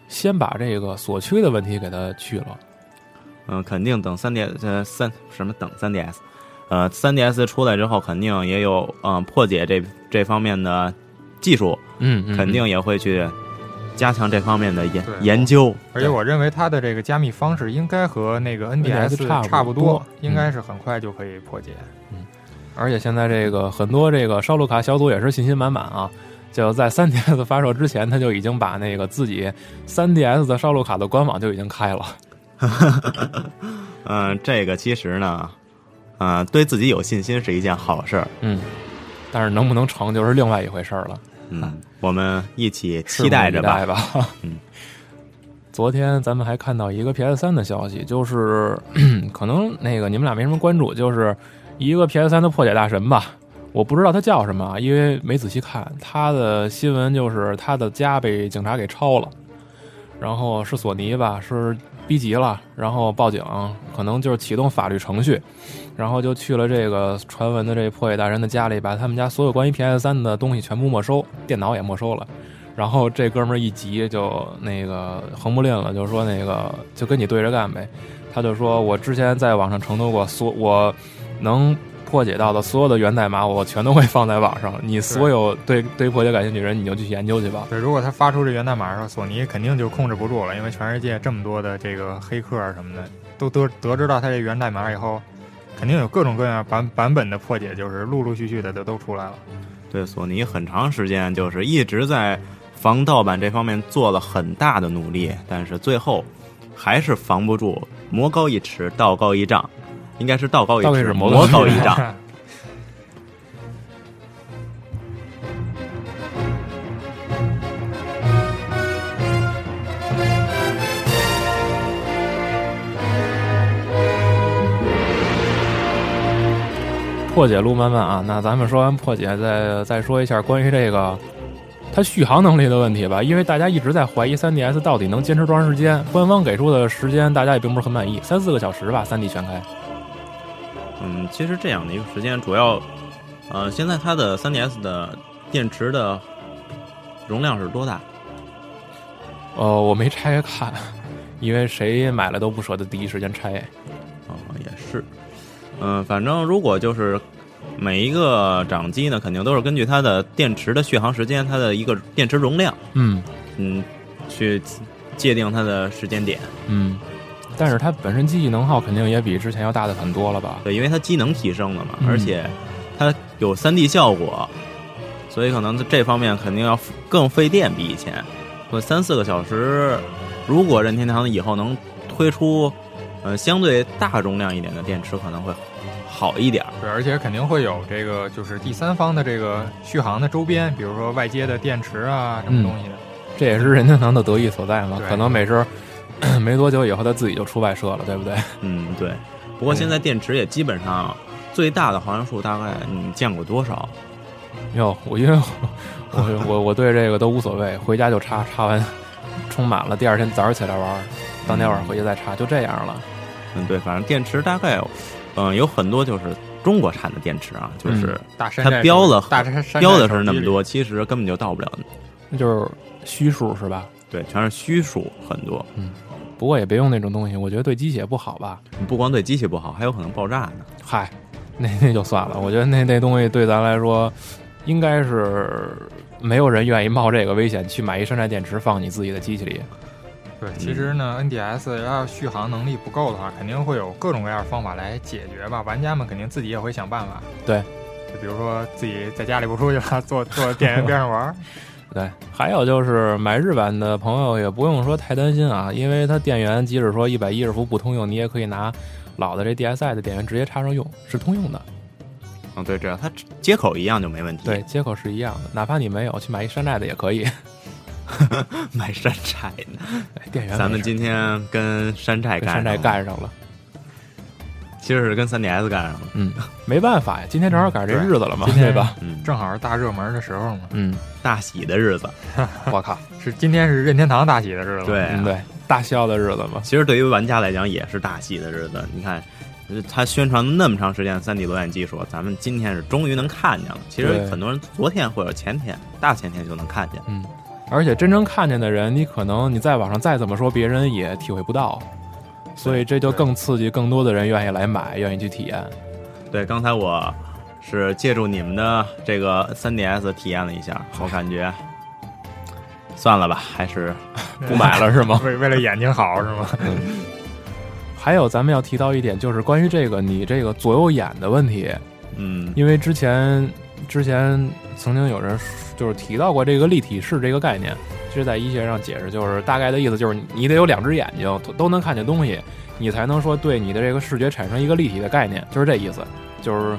[SPEAKER 2] 先把这个所区的问题给它去了？
[SPEAKER 3] 嗯、肯定等三 DS 呃三什么等三 DS，呃，三 DS 出来之后，肯定也有嗯、呃破解这这方面的技术，
[SPEAKER 2] 嗯，嗯
[SPEAKER 3] 肯定也会去加强这方面的研
[SPEAKER 4] 对
[SPEAKER 3] 研究。
[SPEAKER 4] 而且我认为它的这个加密方式应该和那个
[SPEAKER 2] NDS
[SPEAKER 4] NDS
[SPEAKER 2] 差不
[SPEAKER 4] 差不
[SPEAKER 2] 多
[SPEAKER 4] 应该是很快就可以破解。
[SPEAKER 2] 而且现在这个很多这个烧录卡小组也是信心满满啊，就在 3DS 发售之前，他就已经把那个自己 3DS 的烧录卡的官网就已经开了。
[SPEAKER 3] 嗯、这个其实呢，嗯、对自己有信心是一件好事儿。
[SPEAKER 2] 嗯，但是能不能成就是另外一回事儿了，
[SPEAKER 3] 嗯，我们一起期待着吧
[SPEAKER 2] 拭。目以待吧。
[SPEAKER 3] 嗯，
[SPEAKER 2] 昨天咱们还看到一个 PS 三的消息，就是 可能那个你们俩没什么关注，就是一个 PS 三的破解大神吧。我不知道他叫什么啊，因为没仔细看。他的新闻就是他的家被警察给抄了，然后是索尼吧，是逼急了，然后报警，可能就是启动法律程序，然后就去了这个传闻的这破解大神的家里，把他们家所有关于 PS 三的东西全部没收，电脑也没收了。然后这哥们儿一急就那个横不吝了，就说那个就跟你对着干呗。他就说我之前在网上承诺过，所我能破解到的所有的源代码，我全都会放在网上。你所有对对破解感兴趣的人，你就去研究去吧。
[SPEAKER 4] 对，如果它发出这源代码的时候，索尼肯定就控制不住了，因为全世界这么多的这个黑客啊什么的，都得得知到它这源代码以后，肯定有各种各样版版本的破解，就是陆陆续续的都都出来了。
[SPEAKER 3] 对，索尼很长时间就是一直在防盗版这方面做了很大的努力，但是最后还是防不住魔高一尺，道高一丈，应该是道高
[SPEAKER 2] 道高
[SPEAKER 3] 一
[SPEAKER 2] 一
[SPEAKER 3] 尺，
[SPEAKER 2] 尺
[SPEAKER 3] 魔
[SPEAKER 2] 魔
[SPEAKER 3] 高
[SPEAKER 2] 高
[SPEAKER 3] 一丈。
[SPEAKER 2] 破解路漫漫啊，那咱们说完破解，再再说一下关于这个它续航能力的问题吧，因为大家一直在怀疑 3DS 到底能坚持多长时间，官方给出的时间大家也并不是很满意，三四个小时吧，3D 全开。
[SPEAKER 3] 嗯，其实这样的一个时间，主要呃，现在它的 3DS 的电池的容量是多大？
[SPEAKER 2] 呃，我没拆开看，因为谁买了都不舍得第一时间拆。
[SPEAKER 3] 哦，也是，嗯、反正如果就是每一个掌机呢，肯定都是根据它的电池的续航时间、它的一个电池容量，
[SPEAKER 2] 嗯
[SPEAKER 3] 嗯，去界定它的时间点。
[SPEAKER 2] 嗯，但是它本身机器能耗肯定也比之前要大的很多了吧？
[SPEAKER 3] 对，因为它机能提升了嘛，
[SPEAKER 2] 嗯
[SPEAKER 3] 而且它有 3D 效果，所以可能这方面肯定要更费电，比以前。我三四个小时，如果任天堂以后能推出，呃，相对大容量一点的电池，可能会好一点儿。
[SPEAKER 4] 对，而且肯定会有这个就是第三方的这个续航的周边，比如说外接的电池啊
[SPEAKER 3] 嗯
[SPEAKER 4] 什么东西的。
[SPEAKER 2] 这也是任天堂的得意所在嘛。
[SPEAKER 4] 对
[SPEAKER 2] 可能没事儿 没多久以后，他自己就出外设了，对不对？
[SPEAKER 3] 嗯，对。不过现在电池也基本上嗯最大的毫安数大概你见过多少？
[SPEAKER 2] 哟，我因为我我我我对这个都无所谓，回家就插插完，充满了，第二天早上起来玩儿，当天晚上回去再插，就这样了。
[SPEAKER 3] 嗯，对，反正电池大概有，嗯、有很多就是中国产的电池啊，就是
[SPEAKER 4] 大山
[SPEAKER 3] 它
[SPEAKER 4] 寨
[SPEAKER 3] 标了
[SPEAKER 4] 大山山
[SPEAKER 3] 标的
[SPEAKER 4] 寨
[SPEAKER 3] 是那
[SPEAKER 4] 手机
[SPEAKER 3] 么
[SPEAKER 4] 里，
[SPEAKER 3] 多，其实根本就到不了。
[SPEAKER 2] 那就是虚数是吧？
[SPEAKER 3] 对，全是虚数，很多，
[SPEAKER 2] 不过也别用那种东西，我觉得对机械不好吧。
[SPEAKER 3] 不光对机器不好，还有可能爆炸呢。
[SPEAKER 2] 嗨，那那就算了，我觉得那那东西对咱来说，应该是没有人愿意冒这个危险去买一山寨电池放你自己的机器里。嗯
[SPEAKER 4] 对，其实呢，NDS 要是续航能力不够的话，肯定会有各种各样的方法来解决吧。玩家们肯定自己也会想办法。
[SPEAKER 2] 对，
[SPEAKER 4] 就比如说自己在家里不出去了， 坐坐电源边上玩儿。
[SPEAKER 2] 对，还有就是买日版的朋友也不用说太担心啊，因为它电源即使说一百一十伏不通用，你也可以拿老的这 DSi 的电源直接插上用，是通用的。
[SPEAKER 3] 嗯，对，只要它接口一样就没问题。
[SPEAKER 2] 对，，接口是一样的，哪怕你没有去买一山寨的也可以。
[SPEAKER 3] 买山寨呢。
[SPEAKER 2] 哎电源
[SPEAKER 3] 咱
[SPEAKER 2] 没
[SPEAKER 3] 们
[SPEAKER 2] 事
[SPEAKER 3] 今天跟山寨
[SPEAKER 2] 跟
[SPEAKER 3] 干
[SPEAKER 2] 山
[SPEAKER 3] 上
[SPEAKER 2] 寨
[SPEAKER 3] 了，
[SPEAKER 2] 干上了，
[SPEAKER 3] 其实是跟 3DS 干上了。
[SPEAKER 2] 嗯，没办法呀，今天正好赶上这
[SPEAKER 4] 嗯
[SPEAKER 2] 日子了嘛，
[SPEAKER 4] 今
[SPEAKER 2] 对
[SPEAKER 4] 天
[SPEAKER 2] 吧？
[SPEAKER 3] 嗯，
[SPEAKER 4] 正好是大热门的时候嘛，
[SPEAKER 2] 嗯，
[SPEAKER 3] 大喜的日子。
[SPEAKER 2] 我靠，
[SPEAKER 4] 是今天是任天堂大喜的日子。
[SPEAKER 3] 对，
[SPEAKER 2] 嗯
[SPEAKER 3] 啊
[SPEAKER 2] 嗯，对，大消的日子嘛，
[SPEAKER 3] 其实对于玩家来讲也是大喜的日子。你看，呃他宣传了那么长时间3 D 裸眼技术，咱们今天是终于能看见了。其实
[SPEAKER 2] 对
[SPEAKER 3] 很多人昨天或者前天、大前天就能看见。
[SPEAKER 2] 而且真正看见的人，你可能你在网上再怎么说，别人也体会不到，所以这就更刺激更多的人愿意来买，愿意去体验。
[SPEAKER 3] 对，刚才我是借助你们的这个 3DS 体验了一下，我感觉算了吧，还是
[SPEAKER 2] 不买了是吗？
[SPEAKER 4] 为为了眼睛好 是吗？
[SPEAKER 2] 还有咱们要提到一点，就是关于这个你这个左右眼的问题，
[SPEAKER 3] 嗯，
[SPEAKER 2] 因为之前之前曾经有人就是提到过这个立体视这个概念，其实在医学上解释就是大概的意思就是你你得有两只眼睛都都能看见东西，你才能说对你的这个视觉产生一个立体的概念，就是这意思。就是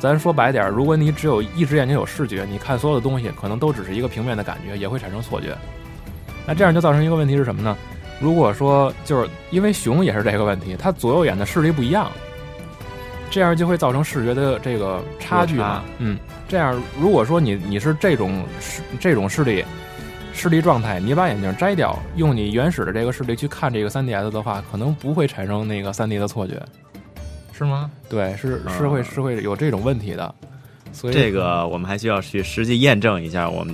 [SPEAKER 2] 咱说白点儿，如果你只有一只眼睛有视觉，你看所有的东西可能都只是一个平面的感觉，也会产生错觉。那这样就造成一个问题是什么呢？如果说就是因为熊也是这个问题，它左右眼的视力不一样，这样就会造成视觉的这个差距
[SPEAKER 3] 落
[SPEAKER 2] 嘛
[SPEAKER 3] 差。
[SPEAKER 2] 嗯，这样如果说你你是这种视这种视力视力状态，你把眼镜摘掉，用你原始的这个视力去看这个 3DS 的话，可能不会产生那个 3D 的错觉。
[SPEAKER 4] 是吗？
[SPEAKER 2] 对，是
[SPEAKER 3] 啊
[SPEAKER 2] 是会是会有这种问题的。所以
[SPEAKER 3] 这个我们还需要去实际验证一下。我们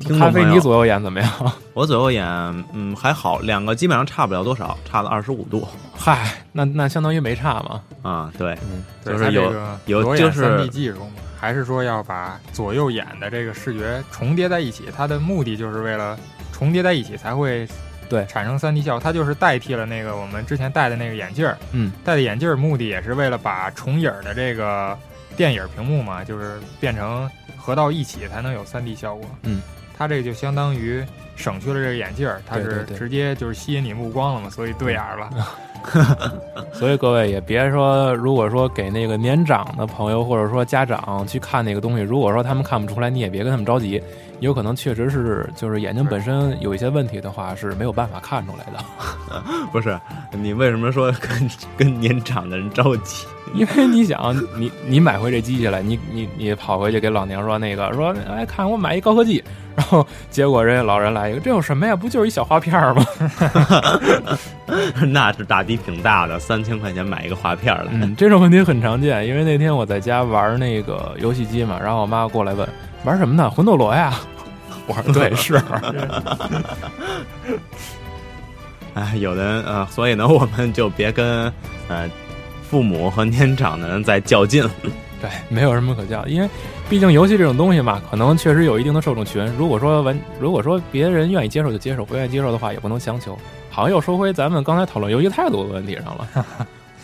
[SPEAKER 3] 听
[SPEAKER 2] 咖
[SPEAKER 3] 众
[SPEAKER 2] 啡
[SPEAKER 3] 朋
[SPEAKER 2] 你
[SPEAKER 3] 友
[SPEAKER 2] 左右眼怎么样？
[SPEAKER 3] 我左右眼，嗯，还好，两个基本上差不了多少，差了二十五度
[SPEAKER 2] 嗨，那那相当于没差嘛。
[SPEAKER 3] 啊、对，
[SPEAKER 2] 嗯，
[SPEAKER 4] 对
[SPEAKER 3] 就是
[SPEAKER 4] 它
[SPEAKER 3] 有
[SPEAKER 4] 这个
[SPEAKER 3] 有
[SPEAKER 4] 裸
[SPEAKER 3] 就
[SPEAKER 4] 眼
[SPEAKER 3] 是
[SPEAKER 4] 三 D 技术嘛，还是说要把左右眼的这个视觉重叠在一起？它的目的就是为了重叠在一起才会
[SPEAKER 2] 对
[SPEAKER 4] 产生三 D 效果，它就是代替了那个我们之前戴的那个眼镜儿。
[SPEAKER 2] 嗯，
[SPEAKER 4] 戴的眼镜儿目的也是为了把重影儿的这个电影屏幕嘛，就是变成合到一起才能有三 D 效果。
[SPEAKER 2] 嗯，
[SPEAKER 4] 它这个就相当于。省去了这个眼镜儿，它
[SPEAKER 2] 对对
[SPEAKER 4] 是
[SPEAKER 2] 对
[SPEAKER 4] 直接就是吸引你目光了嘛，所以对眼儿了。
[SPEAKER 2] 所以各位也别说，如果说给那个年长的朋友或者说家长去看那个东西，如果说他们看不出来，你也别跟他们着急，有可能确实是就是眼睛本身有一些问题的话是没有办法看出来的，
[SPEAKER 3] 不是你为什么说跟跟年长的人着急？
[SPEAKER 2] 因为你想，你你买回这机器来，你你你跑回去给老娘说那个说，哎，看我买一高科技，然后结果人家老人来一个，这有什么呀？不就是一小花片儿吗？
[SPEAKER 3] 那是打的挺大的，三千块钱买一个画片儿来。
[SPEAKER 2] 嗯，这种问题很常见，因为那天我在家玩那个游戏机嘛，然后我妈过来问玩什么呢？魂斗罗呀。 我说对，是。
[SPEAKER 3] 哎，有的人呃，所以呢，我们就别跟呃父母和年长的人再较劲了。
[SPEAKER 2] 对，没有什么可叫，因为毕竟游戏这种东西嘛，可能确实有一定的受众群。如果说完，如果说别人愿意接受就接受，不愿意接受的话也不能强求。好像又说回咱们刚才讨论游戏态度的问题上 了。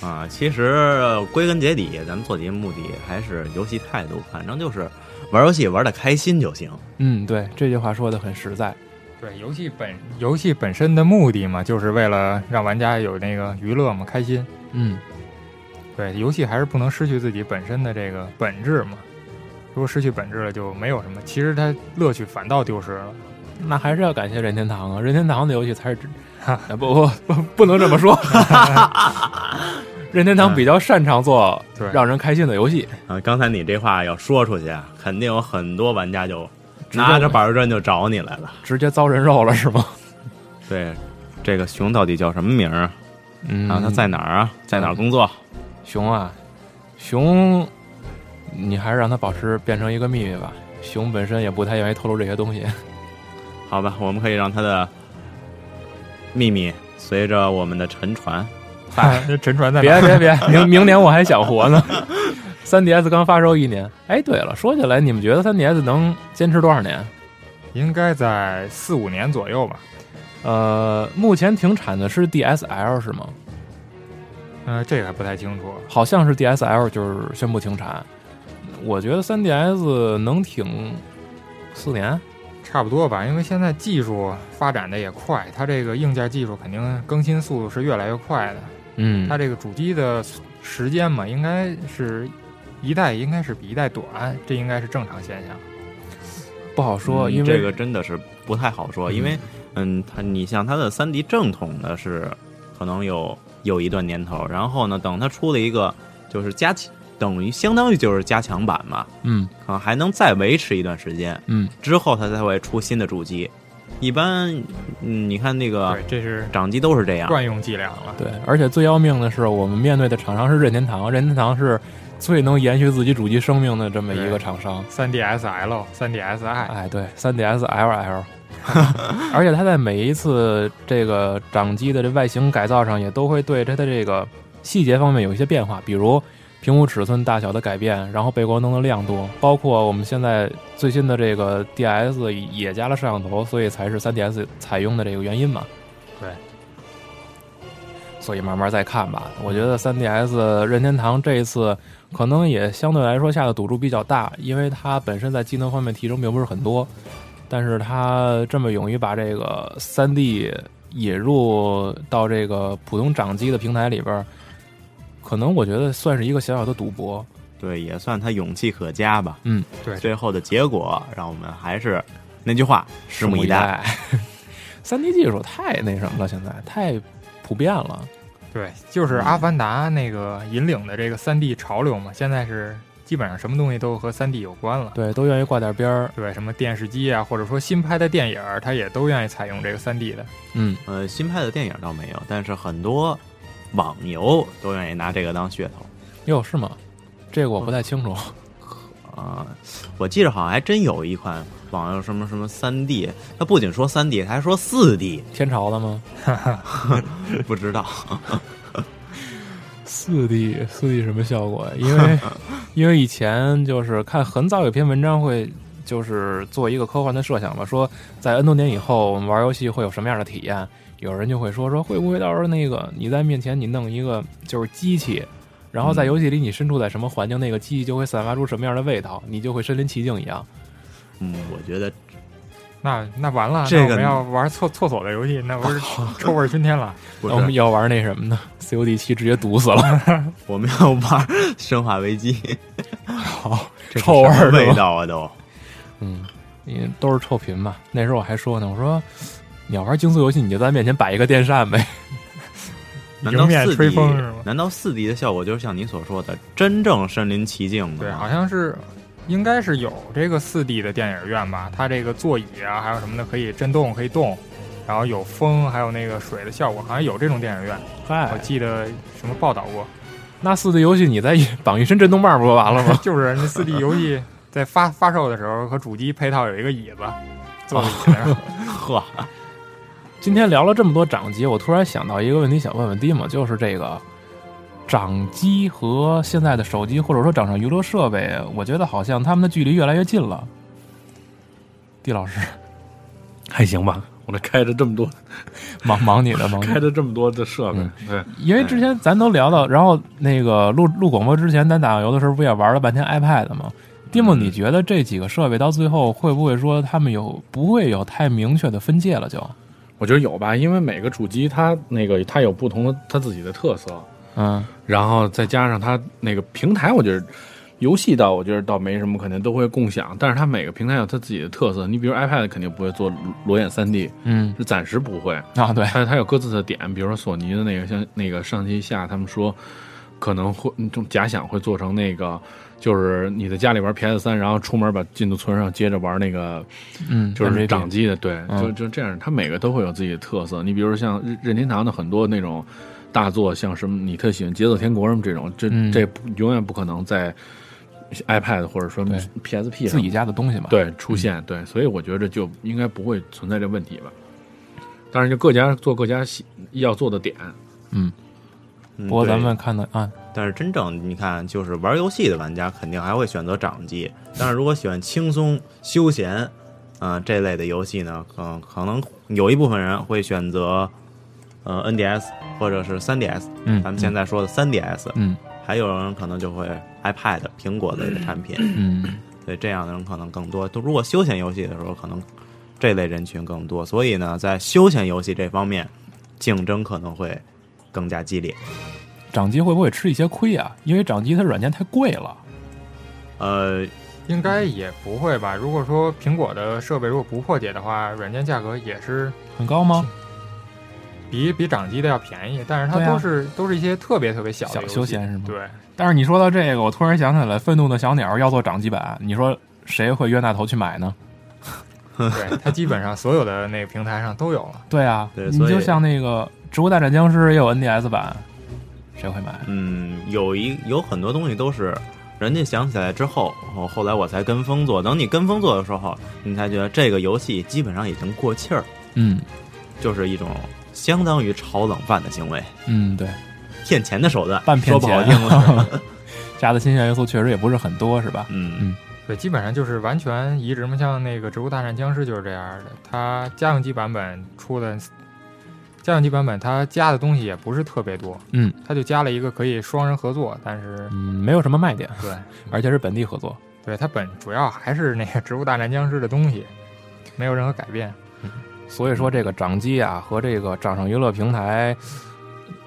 [SPEAKER 3] 啊，其实呃归根结底，咱们做节目目的还是游戏态度，反正就是玩游戏玩的开心就行。
[SPEAKER 2] 嗯，对，这句话说的很实在。
[SPEAKER 4] 对，游戏本游戏本身的目的嘛，就是为了让玩家有那个娱乐嘛，开心。
[SPEAKER 2] 嗯，
[SPEAKER 4] 对，游戏还是不能失去自己本身的这个本质嘛。如果失去本质了，就没有什么，其实它乐趣反倒丢失了。
[SPEAKER 2] 那还是要感谢任天堂啊，任天堂的游戏才是真，啊不不不不能这么说， 任天堂比较擅长做
[SPEAKER 4] 对，
[SPEAKER 2] 让人开心的游戏，
[SPEAKER 3] 啊，刚才你这话要说出去啊，肯定有很多玩家就拿着板儿砖就找你来了。
[SPEAKER 2] 直接遭人肉了是吗？
[SPEAKER 3] 对，这个熊到底叫什么名儿啊？
[SPEAKER 2] 嗯
[SPEAKER 3] 然后他在哪儿啊？在哪儿工作？
[SPEAKER 2] 熊啊，熊，你还是让它保持变成一个秘密吧。熊本身也不太愿意透露这些东西。
[SPEAKER 3] 好吧，我们可以让他的秘密随着我们的沉船。
[SPEAKER 4] 这沉船在哪
[SPEAKER 2] 别别
[SPEAKER 4] 儿？
[SPEAKER 2] 别， 明明年我还想活呢。3DS 刚发售一年，哎，对了，说起来，你们觉得 3DS 能坚持多少年？
[SPEAKER 4] 应该在四五年左右吧。
[SPEAKER 2] 呃，目前停产的是 DSL 是吗？
[SPEAKER 4] 嗯、这个还不太清楚。
[SPEAKER 2] 好像是 DSL 就是宣布停产。我觉得 3DS 能挺四年，
[SPEAKER 4] 差不多吧，因为现在技术发展的也快，它这个硬件技术肯定更新速度是越来越快的。
[SPEAKER 2] 嗯
[SPEAKER 4] 它这个主机的时间嘛，应该是一代应该是比一代短，这应该是正常现象。
[SPEAKER 2] 不好说，
[SPEAKER 3] 嗯
[SPEAKER 2] 因为
[SPEAKER 3] 这个真的是不太好说，因为嗯，它你像它的三 D 正统的是可能有有一段年头，然后呢，等它出了一个就是加强等于相当于就是加强版嘛，
[SPEAKER 2] 嗯
[SPEAKER 3] 可能还能再维持一段时间，
[SPEAKER 2] 嗯，
[SPEAKER 3] 之后它才会出新的主机。一般，嗯，你看那个
[SPEAKER 4] 对，这是
[SPEAKER 3] 掌机都是这样，
[SPEAKER 4] 惯用伎俩了。
[SPEAKER 2] 对，而且最要命的是，我们面对的厂商是任天堂，任天堂是最能延续自己主机生命的这么一个厂商。
[SPEAKER 4] 3DSL、3DSi，
[SPEAKER 2] 哎，对，3DS LL，而且它在每一次这个掌机的这外形改造上，也都会对它的这个细节方面有一些变化，比如屏幕尺寸大小的改变，然后背光灯的亮度，包括我们现在最新的这个 DS 也加了摄像头，所以才是 3DS 采用的这个原因嘛。
[SPEAKER 4] 对。
[SPEAKER 2] 所以慢慢再看吧。我觉得 3DS 任天堂这一次可能也相对来说下的赌注比较大，因为它本身在技能方面提升并不是很多，但是它这么勇于把这个 3D 引入到这个普通掌机的平台里边儿，可能我觉得算是一个小小的赌博。
[SPEAKER 3] 对，也算他勇气可嘉吧。
[SPEAKER 2] 嗯，
[SPEAKER 4] 对
[SPEAKER 3] 最后的结果让我们还是那句话，拭目
[SPEAKER 2] 目
[SPEAKER 3] 以待。
[SPEAKER 2] 待。3D 技术太那什么了，现在太普遍了。
[SPEAKER 4] 对，就是《阿凡达》那个引领的这个 3D 潮流嘛，现在是基本上什么东西都和 3D 有关了。
[SPEAKER 2] 对，都愿意挂点边儿。
[SPEAKER 4] 对，什么电视机啊，或者说新拍的电影儿，它也都愿意采用这个 3D 的。
[SPEAKER 2] 嗯，
[SPEAKER 3] 呃，新拍的电影倒没有，但是很多网游都愿意拿这个当噱头。
[SPEAKER 2] 哟，是吗？这个我不太清楚。
[SPEAKER 3] 啊、我记着好像还真有一款网游什么什么三 D，它不仅说三 D，它还说四 D，
[SPEAKER 2] 天朝的吗？
[SPEAKER 3] 不知道。
[SPEAKER 2] 四 D 四 D 什么效果呀？因 为因为以前就是看很早有篇文章会就是做一个科幻的设想吧，说在 N 多年以后我们玩游戏会有什么样的体验？有人就会说说会不会到时候那个你在面前你弄一个就是机器，然后在
[SPEAKER 3] 嗯
[SPEAKER 2] 游戏里你身处在什么环境，那个机器就会散发出什么样的味道，你就会身临其境一样。
[SPEAKER 3] 嗯，我觉得
[SPEAKER 4] 那那完了，
[SPEAKER 3] 这
[SPEAKER 4] 那
[SPEAKER 3] 个
[SPEAKER 4] 我们要玩厕厕所的游戏，那不是臭味儿熏天了？
[SPEAKER 3] 不
[SPEAKER 2] 那我们
[SPEAKER 3] 是，
[SPEAKER 2] 要玩那什么呢？COD 七直接毒死了，
[SPEAKER 3] 我们要玩《生化危机》 这是
[SPEAKER 2] 臭味
[SPEAKER 3] 什
[SPEAKER 2] 儿
[SPEAKER 3] 么
[SPEAKER 2] 是吧
[SPEAKER 3] 味道啊都。
[SPEAKER 2] 嗯，因为都是臭贫嘛。那时候我还说呢，我说你要玩竞速游戏，你就在面前摆一个电扇呗。
[SPEAKER 3] 难道
[SPEAKER 4] 迎面
[SPEAKER 3] 四 D？
[SPEAKER 4] 吹风是吗
[SPEAKER 3] 难道四 D 的效果就是像你所说的，真正身临其境的
[SPEAKER 4] 对，
[SPEAKER 2] 嗯
[SPEAKER 3] 吗
[SPEAKER 4] 好像是，应该是有这个四 D 的电影院吧？它这个座椅啊，还有什么的可以震动，可以动，然后有风，还有那个水的效果，好像有这种电影院。我
[SPEAKER 2] 嗨，
[SPEAKER 4] 记得什么报道过，？
[SPEAKER 2] 那四 D 游戏你再绑一身震动棒不就完了吗
[SPEAKER 4] 就是那四 D 游戏在发发售的时候和主机配套有一个椅子，
[SPEAKER 2] 哦
[SPEAKER 4] 坐在椅子上。
[SPEAKER 3] 呵，
[SPEAKER 2] 今天聊了这么多掌机，我突然想到一个问题，想问问蒂姆，就是这个掌机和现在的手机或者说掌上娱乐设备，我觉得好像他们的距离越来越近了。蒂老师，
[SPEAKER 1] 还行吧。嗯我这开着这么多，
[SPEAKER 2] 忙忙你的，忙你
[SPEAKER 1] 开
[SPEAKER 2] 的。
[SPEAKER 1] 着这么多的设备，对，
[SPEAKER 2] 因为之前咱都聊到，然后那个录录广播之前，咱打游的时候不也玩了半天 iPad 吗？丁
[SPEAKER 1] 嗯
[SPEAKER 2] 木，你觉得这几个设备到最后会不会说他们有不会有太明确的分界了就？
[SPEAKER 1] 我觉得有吧，因为每个主机它那个它有不同的它自己的特色，
[SPEAKER 2] 嗯
[SPEAKER 1] 然后再加上它那个平台，我觉得游戏倒我觉得倒没什么，肯定都会共享，但是它每个平台有它自己的特色。你比如 iPad 肯定不会做裸眼3 D，
[SPEAKER 2] 嗯
[SPEAKER 1] 是暂时不会，
[SPEAKER 2] 啊，对，
[SPEAKER 1] 它它有各自的点，比如说索尼的那个像那个上期下他们说可能会嗯这种假想会做成那个。就是你在家里玩 PS 三，然后出门把进度存上，接着玩那个
[SPEAKER 2] 嗯，
[SPEAKER 1] 就是
[SPEAKER 2] 长
[SPEAKER 1] 掌机的，对，
[SPEAKER 2] 嗯
[SPEAKER 1] 就就这样，它每个都会有自己的特色。你比如像任任天堂的很多那种大作，像什么你特喜欢《节奏天国》什么这种，这、
[SPEAKER 2] 嗯
[SPEAKER 1] 这不永远不可能在 iPad 或者说
[SPEAKER 2] 对
[SPEAKER 1] PSP
[SPEAKER 2] 自
[SPEAKER 1] 上
[SPEAKER 2] 己家的东西嘛，，
[SPEAKER 1] 啊对出现，对，所以我觉得就应该不会存在这问题吧。当然，就各家做各家喜要做的点，
[SPEAKER 3] 嗯
[SPEAKER 2] 不过
[SPEAKER 3] 对
[SPEAKER 2] 咱们看的啊，
[SPEAKER 3] 但是真正你看，就是玩游戏的玩家肯定还会选择掌机，但是如果喜欢轻松休闲，啊、这类的游戏呢，可可能有一部分人会选择，呃，NDS 或者是 3DS，
[SPEAKER 2] 嗯，
[SPEAKER 3] 咱们现在说的 3DS，
[SPEAKER 2] 嗯
[SPEAKER 3] 还有人可能就会 iPad 苹果类的产品，
[SPEAKER 2] 嗯
[SPEAKER 3] 对这样的人可能更多。都如果休闲游戏的时候，可能这类人群更多，所以呢，在休闲游戏这方面，竞争可能会更加激烈。
[SPEAKER 2] 掌机会不会吃一些亏啊？因为掌机它软件太贵了，
[SPEAKER 3] 呃，
[SPEAKER 4] 应该也不会吧？如果说苹果的设备如果不破解的话，软件价格也是
[SPEAKER 2] 很高吗？
[SPEAKER 4] 比比掌机的要便宜，但是它
[SPEAKER 2] 对啊
[SPEAKER 4] 都是、都是一些特别特别小的
[SPEAKER 2] 小
[SPEAKER 4] 游戏
[SPEAKER 2] 休闲是吗
[SPEAKER 4] 对，
[SPEAKER 2] 但是你说到这个，我突然想起来，愤怒的小鸟要做掌机版，你说谁会冤大头去买呢？
[SPEAKER 4] 对，它基本上所有的那个平台上都有了。
[SPEAKER 2] 对啊，
[SPEAKER 3] 对
[SPEAKER 2] 你
[SPEAKER 3] 所以
[SPEAKER 2] 就像那个《植物大战僵尸》也有 NDS 版，谁会买？
[SPEAKER 3] 嗯，有一有很多东西都是人家想起来之后，后后来我才跟风做。等你跟风做的时候，你才觉得这个游戏基本上已经过气儿，
[SPEAKER 2] 嗯
[SPEAKER 3] 就是一种相当于炒冷饭的行为，
[SPEAKER 2] 嗯，对，
[SPEAKER 3] 骗钱的手段，
[SPEAKER 2] 半骗
[SPEAKER 3] 说不好
[SPEAKER 2] 钱
[SPEAKER 3] 听了。
[SPEAKER 2] 加的新鲜元素确实也不是很多，是吧？
[SPEAKER 3] 嗯，
[SPEAKER 4] 对，基本上就是完全移植嘛，像那个《植物大战僵尸》就是这样的。它家用机版本出的，家用机版本它加的东西也不是特别多，
[SPEAKER 2] 嗯，
[SPEAKER 4] 它就加了一个可以双人合作，但是
[SPEAKER 2] 嗯，没有什么卖点，
[SPEAKER 4] 对
[SPEAKER 2] 而且是本地合作。
[SPEAKER 4] 对，它本主要还是那个《植物大战僵尸》的东西，没有任何改变。
[SPEAKER 2] 所以说，这个掌机啊和这个掌上娱乐平台，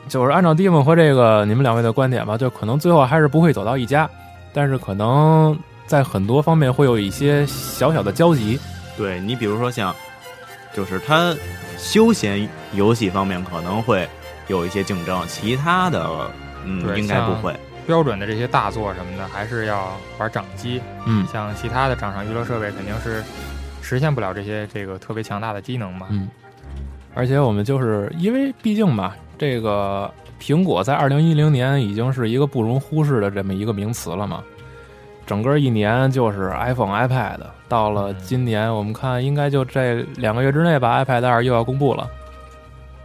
[SPEAKER 2] 就是按照 d i m 和这个你们两位的观点吧，就可能最后还是不会走到一家，但是可能在很多方面会有一些小小的交集。
[SPEAKER 3] 对你比如说像，就是它休闲游戏方面可能会有一些竞争，其他的嗯
[SPEAKER 4] 对
[SPEAKER 3] 应该不
[SPEAKER 4] 像
[SPEAKER 3] 会。
[SPEAKER 4] 标准的这些大作什么的，还是要玩掌机。
[SPEAKER 2] 嗯
[SPEAKER 4] 像其他的掌上娱乐设备肯定是实现不了这些这个特别强大的机能嘛。
[SPEAKER 2] 嗯而且我们就是因为毕竟嘛，这个苹果在二零一零年已经是一个不容忽视的这么一个名词了嘛。整个一年就是 iPhone、iPad，到了今年我们看应该就这两个月之内吧，iPad 二又要公布了，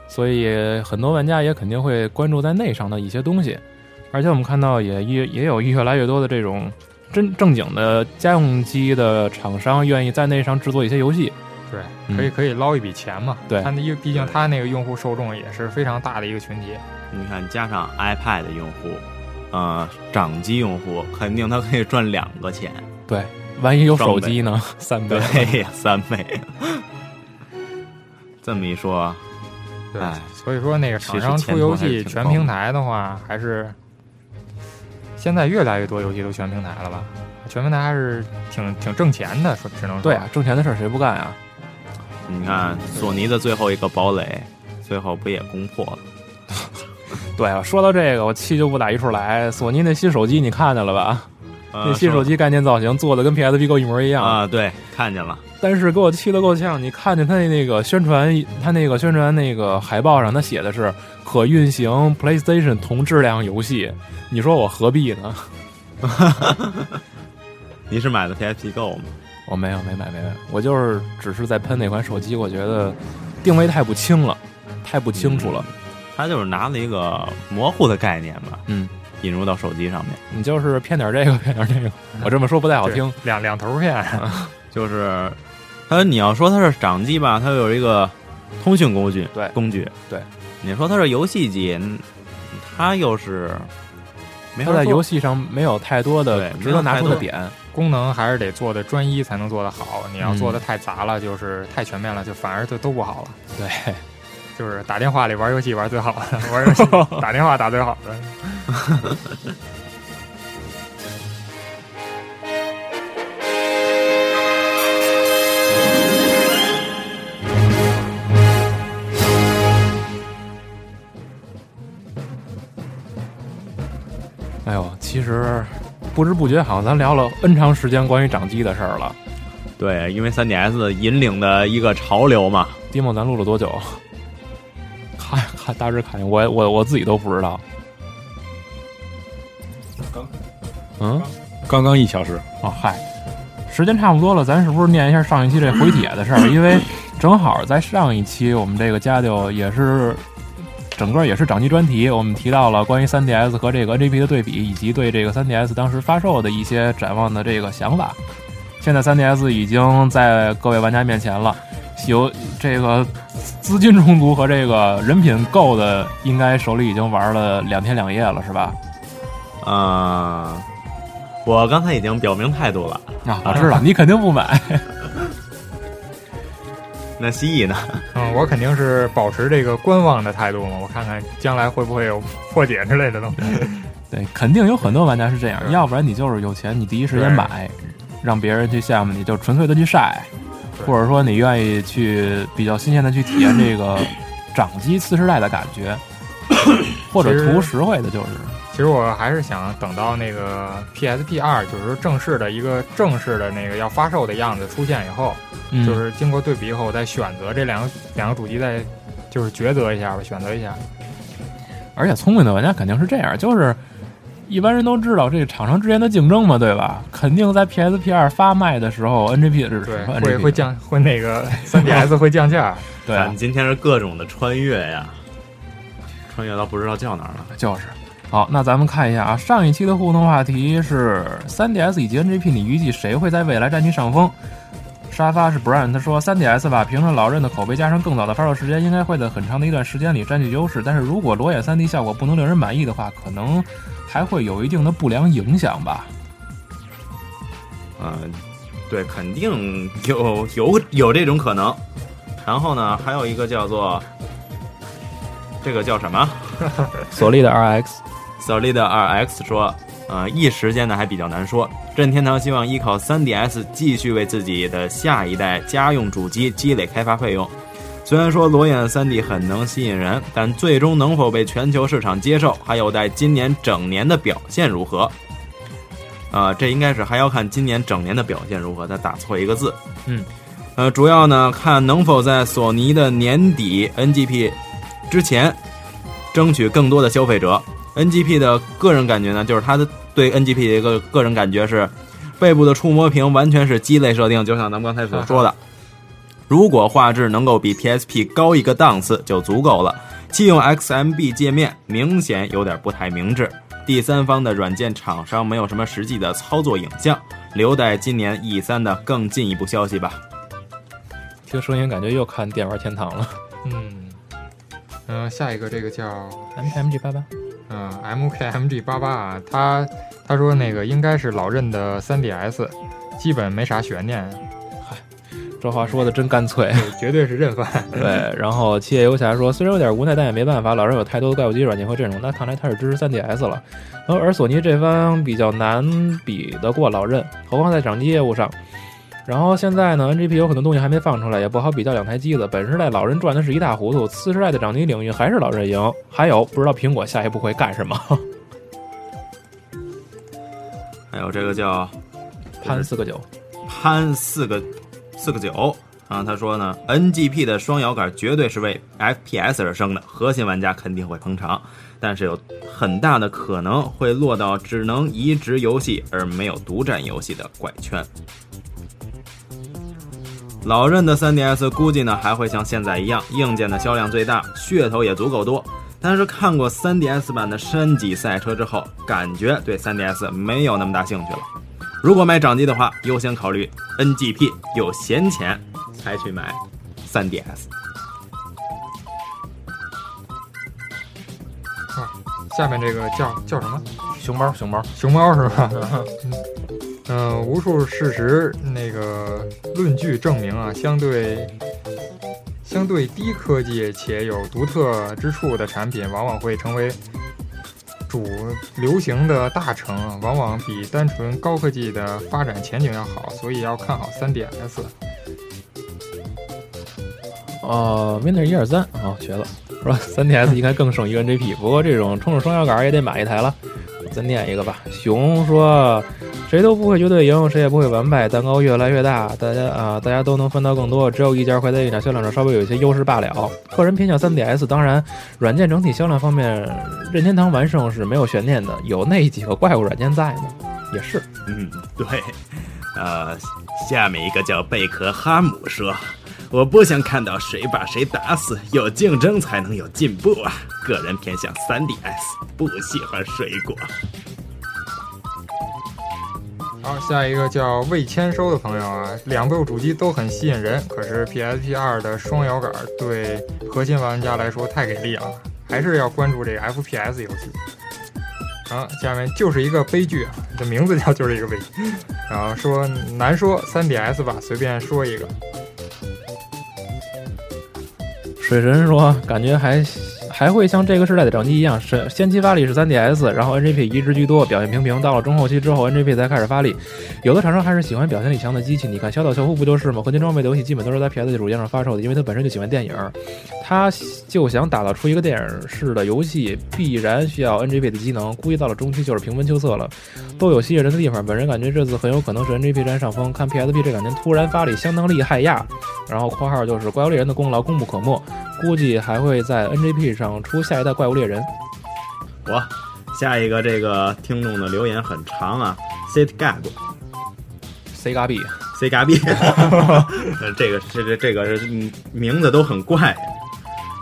[SPEAKER 2] 所以很多玩家也肯定会关注在那上的一些东西。而且我们看到也越也有越来越多的这种真正经的家用机的厂商愿意在那上制作一些游戏，
[SPEAKER 4] 对，可以可以捞一笔钱嘛。
[SPEAKER 2] 对
[SPEAKER 4] 它那一毕竟
[SPEAKER 3] 嗯对
[SPEAKER 4] 它那个用户受众也是非常大的一个群体。
[SPEAKER 3] 你看，加上 iPad 用户，呃，掌机用户，肯定它可以赚两个钱，
[SPEAKER 2] 万一有手
[SPEAKER 3] 双倍
[SPEAKER 2] 机呢，三倍。
[SPEAKER 3] 对呀，三倍。 这么一说，
[SPEAKER 4] 对
[SPEAKER 3] 哎，
[SPEAKER 4] 所以说那个
[SPEAKER 3] 其实
[SPEAKER 4] 厂商
[SPEAKER 3] 前
[SPEAKER 4] 出
[SPEAKER 3] 途还
[SPEAKER 4] 游
[SPEAKER 3] 是
[SPEAKER 4] 戏
[SPEAKER 3] 挺
[SPEAKER 4] 全
[SPEAKER 3] 高
[SPEAKER 4] 平
[SPEAKER 3] 的
[SPEAKER 4] 台的话，还是现在越来越多游戏都全平台了吧？全平台还是挺挺挣钱的，说只能说
[SPEAKER 2] 对啊，挣钱的事儿谁不干啊呀？
[SPEAKER 3] 你看索尼的最后一个堡垒，最后不也攻破了？
[SPEAKER 2] 对啊，说到这个，我气就不打一处来。索尼那新手机你看见了吧？
[SPEAKER 3] 呃、
[SPEAKER 2] 那新手机概念造型做的跟 PSP 够一模一样，
[SPEAKER 3] 啊、对，看见了，
[SPEAKER 2] 但是给我气得够呛。你看见它那个宣传，它那个宣传那个海报上，它写的是可运行 PlayStation 同质量游戏，你说我何必 呢？
[SPEAKER 3] 你是买的 PSP Go 吗？
[SPEAKER 2] 我哦没有，没买，没买，我就是只是在喷那款手机，我觉得定位太不清了，太不清楚了。
[SPEAKER 3] 嗯它就是拿了一个模糊的概念嘛，
[SPEAKER 2] 嗯，
[SPEAKER 3] 引入到手机上面，
[SPEAKER 2] 你就是骗点这个，骗点那个，我这么说不太好
[SPEAKER 4] 对
[SPEAKER 2] 听。
[SPEAKER 4] 两两头骗。
[SPEAKER 3] 嗯就是它你要说它是掌机吧，它有一个通讯工具，
[SPEAKER 2] 对
[SPEAKER 3] 工具，
[SPEAKER 2] 对，
[SPEAKER 3] 你说它是游戏机，嗯它又是没
[SPEAKER 2] 他
[SPEAKER 3] 法
[SPEAKER 2] 在
[SPEAKER 3] 做
[SPEAKER 2] 游戏上没有太多的
[SPEAKER 3] 对
[SPEAKER 2] 值得拿出的点，
[SPEAKER 4] 功能还是得做的专一才能做得好。你要
[SPEAKER 2] 嗯
[SPEAKER 4] 做的太杂了，就是太全面了，就反而就都不好了。
[SPEAKER 2] 对，
[SPEAKER 4] 就是打电话里玩游戏玩最好的， 玩游戏打电话打最好的。
[SPEAKER 2] 哎呦，其实不知不觉好像咱聊了 N 长时间关于掌机的事儿了。
[SPEAKER 3] 对，因为 3DS 引领的一个潮流嘛，
[SPEAKER 2] 迪梦，咱录了多久？ 看看大致看一眼，我我我自己都不知道。嗯，
[SPEAKER 1] 刚刚一小时，
[SPEAKER 2] 哦嗨，时间差不多了，咱是不是念一下上一期这回帖的事儿？因为正好在上一期我们这个家就也是整个也是掌机专题，我们提到了关于 3DS 和这个 NGP 的对比，以及对这个 3DS 当时发售的一些展望的这个想法。现在 3DS 已经在各位玩家面前了，有这个资金充足和这个人品够的，应该手里已经玩了两天两夜了，是吧？
[SPEAKER 3] 啊、我刚才已经表明态度了。
[SPEAKER 2] 啊，我知道你肯定不买，
[SPEAKER 3] 那蜥蜴呢？
[SPEAKER 4] 嗯，我肯定是保持这个观望的态度嘛，我看看将来会不会有破解之类的东西。
[SPEAKER 2] 对，肯定有很多玩家是这样，
[SPEAKER 4] 对
[SPEAKER 2] 要不然你就是有钱，你第一时间买，让别人去项目，你就纯粹的去晒，
[SPEAKER 4] 对
[SPEAKER 2] 或者说你愿意去比较新鲜的去体验这个掌机次世代的感觉，或者
[SPEAKER 4] 其实
[SPEAKER 2] 图实惠的，就是
[SPEAKER 4] 其实我还是想等到那个 PSP 二，就是说正式的一个正式的那个要发售的样子出现以后，
[SPEAKER 2] 嗯
[SPEAKER 4] 就。是经过对比以后，我再选择这两个两个主机，再就是抉择一下吧，选择一下。
[SPEAKER 2] 而且聪明的玩家肯定是这样，就是一般人都知道这个厂商之间的竞争嘛，对吧？肯定在 PSP 二发卖的时候，NGP 是
[SPEAKER 4] 对，
[SPEAKER 2] NGP
[SPEAKER 4] 会会降会 那个 3DS 会降价。
[SPEAKER 2] 对
[SPEAKER 3] 咱
[SPEAKER 2] 啊
[SPEAKER 3] 们，今天是各种的穿越呀，穿越到不知道叫哪儿了。
[SPEAKER 2] 就是。好，那咱们看一下啊，上一期的互动话题是 3DS 以及 NGP，你预计谁会在未来占据上风？沙发是 Brian，他说 3DS 吧，凭着老任的口碑加上更早的发售时间，应该会在很长的一段时间里占据优势。但是如果裸眼 3D 效果不能令人满意的话，可能还会有一定的不良影响吧。
[SPEAKER 3] 嗯、对，肯定有有有这种可能。然后呢，还有一个叫做这个叫什么
[SPEAKER 2] 索利的 RX，
[SPEAKER 3] Solid 2 X 说，呃，一时间呢还比较难说。任天堂希望依靠 3DS 继续为自己的下一代家用主机积累开发费用。虽然说裸眼 3D 很能吸引人，但最终能否被全球市场接受，还有待今年整年的表现如何。呃，这应该是还要看今年整年的表现如何。他打错一个字，
[SPEAKER 2] 嗯，
[SPEAKER 3] 呃，主要呢看能否在索尼的年底 NGP 之前争取更多的消费者。NGP 的个人感觉呢，就是他的对 NGP 的一个个人感觉是，背部的触摸屏完全是鸡肋设定，就像咱们刚才所说的，如果画质能够比 PSP 高一个档次就足够了。弃用 XMB 界面明显有点不太明智，第三方的软件厂商没有什么实际的操作影像，留待今年 E 3的更进一步消息吧。
[SPEAKER 2] 听声音感觉又看电玩天堂了。
[SPEAKER 4] 嗯嗯、下一个这个叫
[SPEAKER 2] MMG 八八，
[SPEAKER 4] 嗯、MKMG 八八啊，他他说那个应该是老任的 3DS，基本没啥悬念，
[SPEAKER 2] 这话说的真干脆。
[SPEAKER 4] 对绝对是认翻。
[SPEAKER 2] 对，然后七夜游侠说，虽然有点无奈，但也没办法，老人有太多的怪物机软件和阵容。那看来他是支持 3DS 了。然后而索尼这方比较难比得过老任，何况在掌机业务上。然后现在呢，NGP 有很多东西还没放出来，也不好比较两台机子。本世代老人赚的是一大糊涂，次世代的掌机领域还是老任赢。还有，不知道苹果下一步会干什么？
[SPEAKER 3] 还有这个叫
[SPEAKER 2] 潘四个九，
[SPEAKER 3] 潘四个四个九啊，他说呢，NGP 的双摇杆绝对是为 FPS 而生的，核心玩家肯定会捧场，但是有很大的可能会落到只能移植游戏而没有独占游戏的怪圈。老任的 3DS 估计呢还会像现在一样，硬件的销量最大，噱头也足够多。但是看过 3DS 版的山脊赛车之后，感觉对 3DS 没有那么大兴趣了。如果买掌机的话，优先考虑 NGP，有闲钱才去买 3DS。
[SPEAKER 4] 下面这个叫叫什么？
[SPEAKER 2] 熊猫，熊猫，
[SPEAKER 4] 熊猫是吧？嗯、无数事实那个论据证明啊，相对相对低科技且有独特之处的产品，往往会成为主流行的大成啊，往往比单纯高科技的发展前景要好，所以要看好 3DS。
[SPEAKER 2] 哦 w i n d o w 一二三啊，学了是吧？3 DS 应该更胜一个 NGP，不过这种冲着双摇杆也得买一台了。再念一个吧。熊说：“谁都不会绝对赢，谁也不会完败。蛋糕越来越大，大家啊、大家都能分到更多。只有一家快餐店销量上稍微有一些优势罢了。个人偏向 3DS，当然，软件整体销量方面，任天堂完胜是没有悬念的。有那几个怪物软件在呢，也是。
[SPEAKER 3] 嗯，对， 呃，下面一个叫贝壳哈姆说：“我不想看到谁把谁打死，有竞争才能有进步啊！个人偏向 3DS，不喜欢水果。
[SPEAKER 4] 好，下一个叫未签收的朋友啊，两部主机都很吸引人，可是 PSP 二的双摇杆对核心玩家来说太给力了，还是要关注这个 FPS 游戏。好，下面就是一个悲剧啊，这名字叫就是一个悲剧。然后说难说 3DS 吧，随便说一个，
[SPEAKER 2] 水神说，感觉还还会像这个时代的掌机一样，是先期发力是 3DS，然后 NGP 移植居多，表现平平。到了中后期之后，NGP 才开始发力。有的厂商还是喜欢表现力强的机器，你看《小岛秀夫》不就是吗？合金装备的游戏基本都是在 PS 主机上发售的，因为他本身就喜欢电影，他就想打造出一个电影式的游戏，必然需要 NGP 的机能。估计到了中期就是平分秋色了，都有吸引人的地方。本人感觉这次很有可能是 NGP 占上风，看 PSP 这两年突然发力相当厉害呀。然后（括号）就是怪物猎人的功劳功不可没。估计还会在 NGP 上出下一代怪物猎人。
[SPEAKER 3] 我下一个这个听众的留言很长啊，sit gag
[SPEAKER 2] C 嘎 B，
[SPEAKER 3] C 嘎逼，呃这个这这这个是嗯名字都很怪，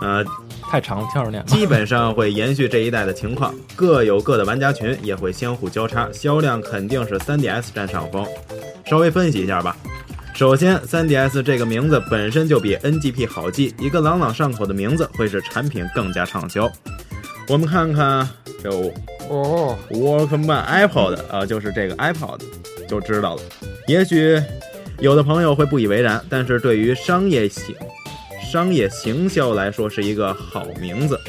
[SPEAKER 3] 呃，
[SPEAKER 2] 太长了，跳着念吧。
[SPEAKER 3] 基本上会延续这一代的情况，各有各的玩家群，也会相互交叉，销量肯定是 3DS 占上风。稍微分析一下吧。首先，3DS 这个名字本身就比 NGP 好记，一个朗朗上口的名字会使产品更加畅销。我们看看有
[SPEAKER 4] 哦，
[SPEAKER 3] Walkman iPod 啊、就是这个 iPod 就知道了。也许有的朋友会不以为然，但是对于商业行商业行销来说是一个好名字。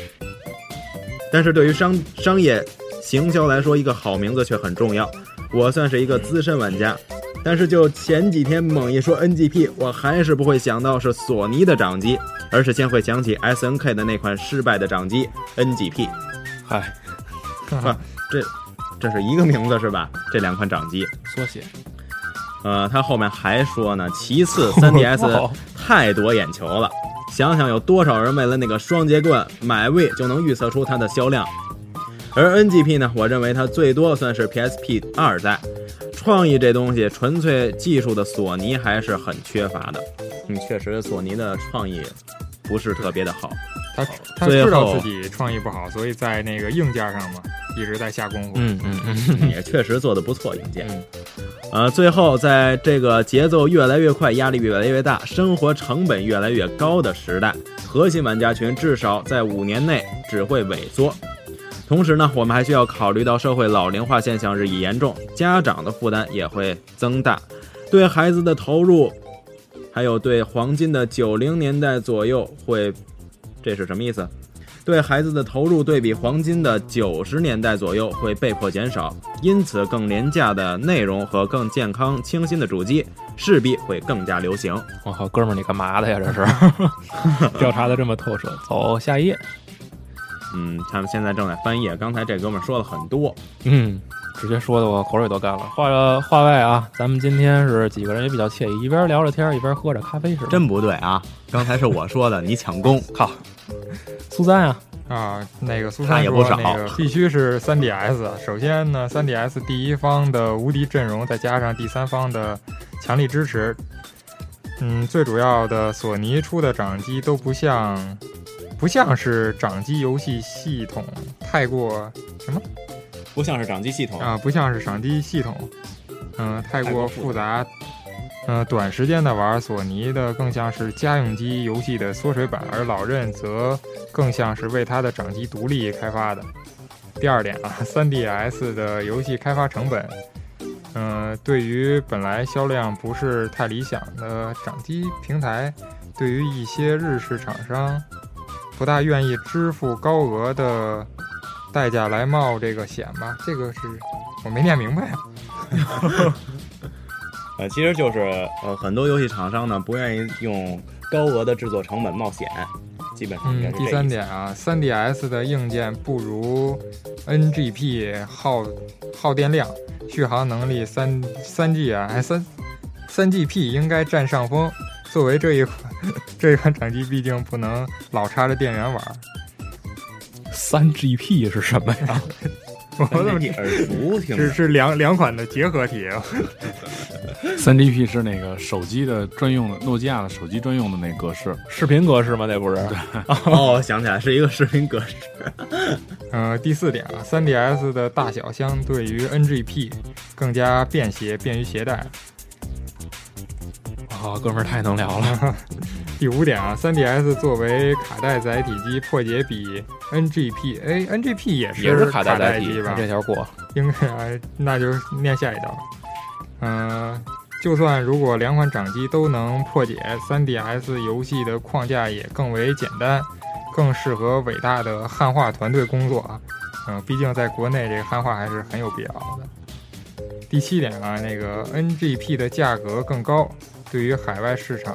[SPEAKER 3] 但是对于商商业行销来说，一个好名字却很重要。我算是一个资深玩家，但是就前几天猛一说 NGP，我还是不会想到是索尼的掌机，而是先会想起 SNK 的那款失败的掌机 NGP。
[SPEAKER 2] 嗨，
[SPEAKER 3] 这是一个名字是吧？这两款掌机，
[SPEAKER 2] 缩写。
[SPEAKER 3] 呃，他后面还说呢，其次 3DS 太夺眼球了，想想有多少人为了那个双截棍买位就能预测出它的销量。而 NGP 呢，我认为它最多算是 PSP 二代，创意这东西纯粹技术的索尼还是很缺乏的。嗯，确实索尼的创意不是特别的好。
[SPEAKER 4] 他他
[SPEAKER 3] 最
[SPEAKER 4] 知道
[SPEAKER 3] 后
[SPEAKER 4] 自己创意不好，所以在那个硬件上嘛，一直在下功夫。
[SPEAKER 2] 嗯嗯嗯，
[SPEAKER 3] 也确实做的不错，硬件
[SPEAKER 2] 嗯。
[SPEAKER 3] 呃，最后在这个节奏越来越快、压力越来越大、生活成本越来越高的时代，核心玩家群至少在五年内只会萎缩。同时呢，我们还需要考虑到社会老龄化现象日益严重，家长的负担也会增大，对孩子的投入，还有对黄金的九零年代左右会，这是什么意思？对孩子的投入对比黄金的九十年代左右会被迫减少，因此更廉价的内容和更健康清新的主机势必会更加流行。
[SPEAKER 2] 我靠，哥们儿，你干嘛的呀？这是 调查的这么透彻。走，下一页。
[SPEAKER 3] 嗯，他们现在正在翻页，刚才这哥们儿说了很多，
[SPEAKER 2] 嗯，直接说的我口水都干了。话话外啊，咱们今天是几个人也比较惬意，一边聊着天儿一边喝着咖啡是吧？
[SPEAKER 3] 真不对啊！刚才是我说的，你抢功，靠，
[SPEAKER 2] 苏三啊，
[SPEAKER 4] 啊，那个苏
[SPEAKER 3] 他
[SPEAKER 4] 珊
[SPEAKER 3] 也
[SPEAKER 4] 说
[SPEAKER 3] 不少
[SPEAKER 4] 那个 必须是 3DS。首先呢，3DS 第一方的无敌阵容，再加上第三方的强力支持，嗯，最主要的索尼出的掌机都不像，不像是掌机游戏系统太过
[SPEAKER 3] 不像是掌机系统
[SPEAKER 4] 啊，不像是掌机系统，嗯、太过复杂，嗯、短时间的玩索尼的更像是家用机游戏的缩水版，而老任则更像是为它的掌机独立开发的。第二点啊，3DS 的游戏开发成本，呃，对于本来销量不是太理想的掌机平台，对于一些日式厂商不大愿意支付高额的代价来冒这个险吧，这个是我没念明白啊。
[SPEAKER 3] 呃，其实就是呃，很多游戏厂商呢不愿意用高额的制作成本冒险，基本上应该
[SPEAKER 4] 嗯，
[SPEAKER 3] 是这
[SPEAKER 4] 第
[SPEAKER 3] 意思
[SPEAKER 4] 三，点啊，3DS 的硬件不如 NGP 耗耗电量、续航能力三三 G 啊，还三三 GP 应该占上风。作为这一款 这一款掌机，毕竟不能老插着电源玩儿。
[SPEAKER 1] 三 GP 是什么呀？
[SPEAKER 4] 我
[SPEAKER 3] 但
[SPEAKER 4] 怎
[SPEAKER 3] 是
[SPEAKER 4] 么
[SPEAKER 3] 你耳熟听
[SPEAKER 4] 是
[SPEAKER 3] 着，
[SPEAKER 4] 是两两款的结合体？
[SPEAKER 1] 三 GP 是那个手机的专用的，诺基亚的手机专用的那格式。
[SPEAKER 2] 视频格式吗？那不是？
[SPEAKER 3] 哦，我想起来是一个视频格式，
[SPEAKER 4] 呃，第四点啊，3DS 的大小相对于 NGP 更加便携，便于携带。
[SPEAKER 2] 啊、哥们儿太能聊了。
[SPEAKER 4] 第五点啊，3DS 作为卡带载体机，破解比 NGP 哎 NGP 也 是
[SPEAKER 2] 也是卡带载
[SPEAKER 4] 带
[SPEAKER 2] 体，
[SPEAKER 4] 吧？
[SPEAKER 2] 这条过。
[SPEAKER 4] 应该啊，那就念下一条。嗯、就算如果两款掌机都能破解 3DS 游戏的框架，也更为简单，更适合伟大的汉化团队工作啊。嗯、毕竟在国内这个汉化还是很有必要的。第七点啊，那个 NGP 的价格更高，对于海外市场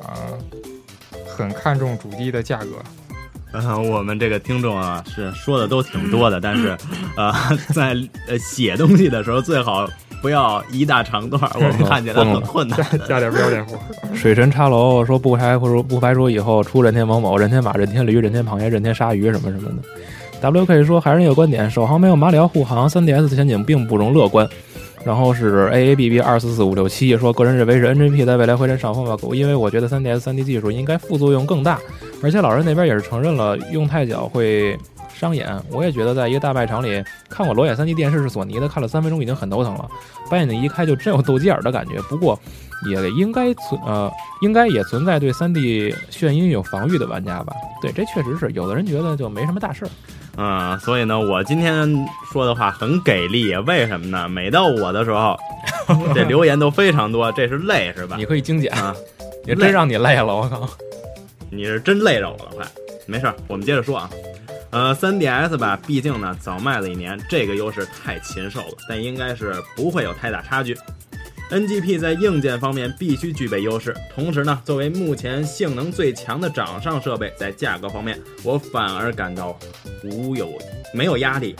[SPEAKER 4] 很看重主机的价格。
[SPEAKER 3] 呃，我们这个听众啊，是说的都挺多的，但是，呃，在呃写东西的时候最好不要一大长段，我们看起来很困难。
[SPEAKER 4] 加点标点符。
[SPEAKER 2] 水神插楼说不排除不排除以后出任天某某、任天马、任天驴、任天螃蟹、任天鲨鱼什么什么的。WK 说还是那个观点，首航没有马里奥护航，3DS 的前景并不容乐观。然后是 AABB 二四四五六七说，个人认为是 NGP 在未来会占上风吧，因为我觉得 3DS 3D 技术应该副作用更大，而且老人那边也是承认了用太久会伤眼。我也觉得在一个大卖场里看过裸眼 3D 电视是索尼的，看了三分钟已经很头疼了，把眼睛一开就真有斗鸡眼的感觉。不过也应该存呃，应该也存在对 3D 眩晕有防御的玩家吧？对，这确实是有的人觉得就没什么大事儿。
[SPEAKER 3] 嗯，所以呢，我今天说的话很给力，为什么呢？每到我的时候， 这留言都非常多，这是累是吧
[SPEAKER 2] 你？可以精简，
[SPEAKER 3] 啊，
[SPEAKER 2] 也真让你累了，我靠！
[SPEAKER 3] 你是真累着我了，快！没事儿，我们接着说啊。呃，3DS 吧，毕竟呢早卖了一年，这个优势太禽兽了，但应该是不会有太大差距。NGP 在硬件方面必须具备优势，同时呢，作为目前性能最强的掌上设备，在价格方面，我反而感到无有没有压力。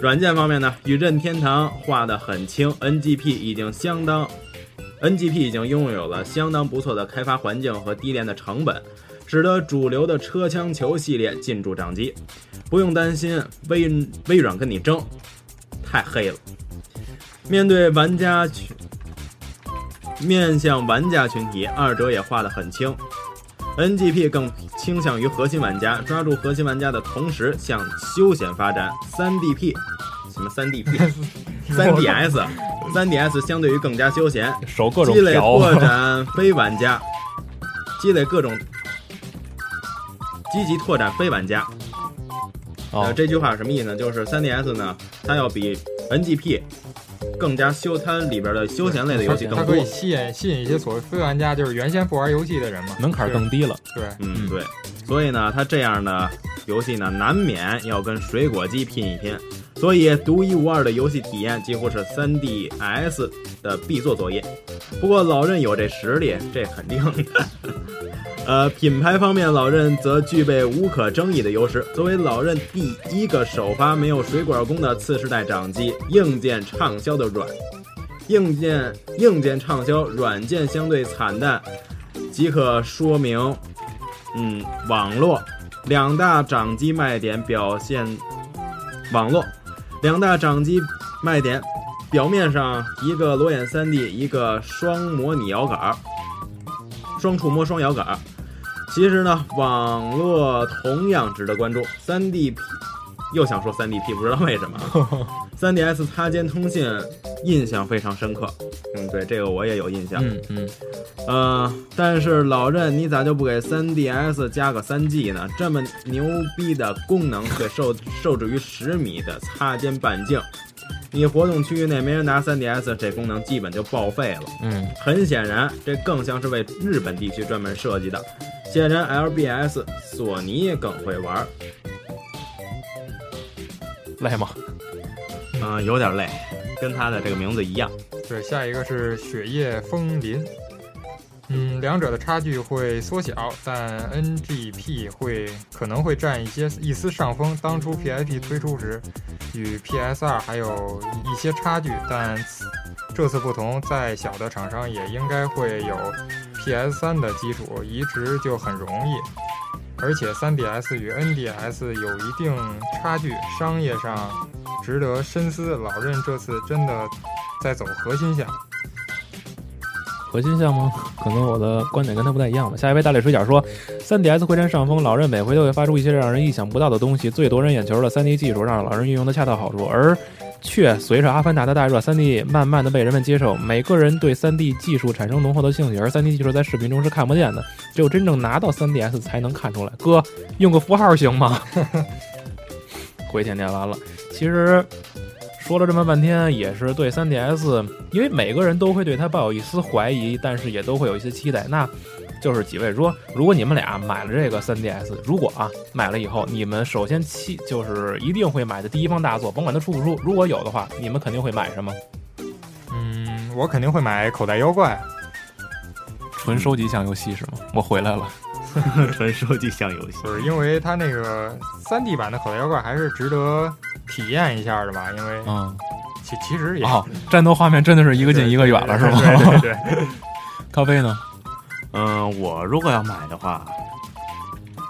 [SPEAKER 3] 软件方面呢，与任天堂画得很清，NGP 已经相当 NGP 已经拥有了相当不错的开发环境和低廉的成本，使得主流的车枪球系列进驻掌机，不用担心微微软跟你争，太黑了。面对玩家群，面向玩家群体，二者也画得很清。NGP 更倾向于核心玩家，抓住核心玩家的同时向休闲发展。3DP 什么 3DP？3DS 3DS 相对于更加休闲，
[SPEAKER 2] 手各种
[SPEAKER 3] 积累
[SPEAKER 2] 调，
[SPEAKER 3] 拓展非玩家，积累各种积极拓展非玩家。
[SPEAKER 2] 哦
[SPEAKER 3] 呃，这句话什么意思呢？就是 3DS 呢，它要比 NGP 更加休，它里边的休闲类的游戏
[SPEAKER 4] 它
[SPEAKER 3] 更
[SPEAKER 4] 可
[SPEAKER 3] 多
[SPEAKER 4] 以。吸引吸引一些所谓非玩家，就是原先不玩游戏的人嘛，
[SPEAKER 2] 门槛更低了。
[SPEAKER 4] 对。
[SPEAKER 3] 嗯，对。所以呢，它这样的游戏呢，难免要跟水果机拼一拼。所以，独一无二的游戏体验几乎是 3DS 的必做作业。不过，老任有这实力，这肯定 的。呃，品牌方面，老任则具备无可争议的优势。作为老任第一个首发没有水管工的次世代掌机，硬件畅销的软，硬件硬件畅销，软件相对惨淡，即可说明嗯，网络两大掌机卖点表现，网络两大掌机卖点，表面上一个裸眼 3D，一个双模拟摇杆儿，双触摸双摇杆儿。其实呢，网络同样值得关注。3D P 又想说 3D P，不知道为什么啊。3DS 擦肩通信印象非常深刻，嗯，对这个我也有印象。
[SPEAKER 2] 嗯嗯，
[SPEAKER 3] 呃，但是老任，你咋就不给 3DS 加个 3G 呢？这么牛逼的功能，却受受制于十米的擦肩半径，你活动区域内没人拿 3DS，这功能基本就报废了。
[SPEAKER 2] 嗯，
[SPEAKER 3] 很显然，这更像是为日本地区专门设计的。显然，LBS 索尼也更会玩儿
[SPEAKER 2] 累吗？
[SPEAKER 3] 啊、有点累，跟它的这个名字一样。
[SPEAKER 4] 对，下一个是雪夜枫林。嗯，两者的差距会缩小，但 NGP 会可能会占一些一丝上风。当初 PSP 推出时，与 PS2 还有一些差距，但此这次不同，再小的厂商也应该会有 PS3 的基础移植就很容易。而且 3DS 与 NDS 有一定差距，商业上值得深思。老任这次真的在走核心项。
[SPEAKER 5] 核心项目，可能我的观点跟他不太一样吧。下一位大力水饺说，3DS 会占上风，老任每回都会发出一些让人意想不到的东西，最夺人眼球的 3D 技术让老人运用的恰到好处，而却随着《阿凡达》的大热，3D 慢慢的被人们接受，每个人对 3D 技术产生浓厚的兴趣，而 3D 技术在视频中是看不见的，只有真正拿到 3DS 才能看出来。哥，用个符号行吗？ 回天天完了，其实。说了这么半天，也是对 3DS，因为每个人都会对它抱有一丝怀疑，但是也都会有一些期待。那就是几位说，如果你们俩买了这个 3DS，如果啊买了以后，你们首先期就是一定会买的第一方大作，甭管它出不出，如果有的话，你们肯定会买什么？
[SPEAKER 4] 嗯，我肯定会买口袋妖怪。
[SPEAKER 2] 纯收集项游戏是吗？我回来了，
[SPEAKER 3] 纯收集项游戏，
[SPEAKER 4] 就是因为它那个三 D 版的口袋妖怪还是值得体验一下的吧，因为
[SPEAKER 2] 嗯，
[SPEAKER 4] 其其实也
[SPEAKER 2] 哦，战斗画面真的是一个近一个远了是吗？
[SPEAKER 4] 对对对，
[SPEAKER 2] 咖啡呢？
[SPEAKER 3] 嗯、我如果要买的话，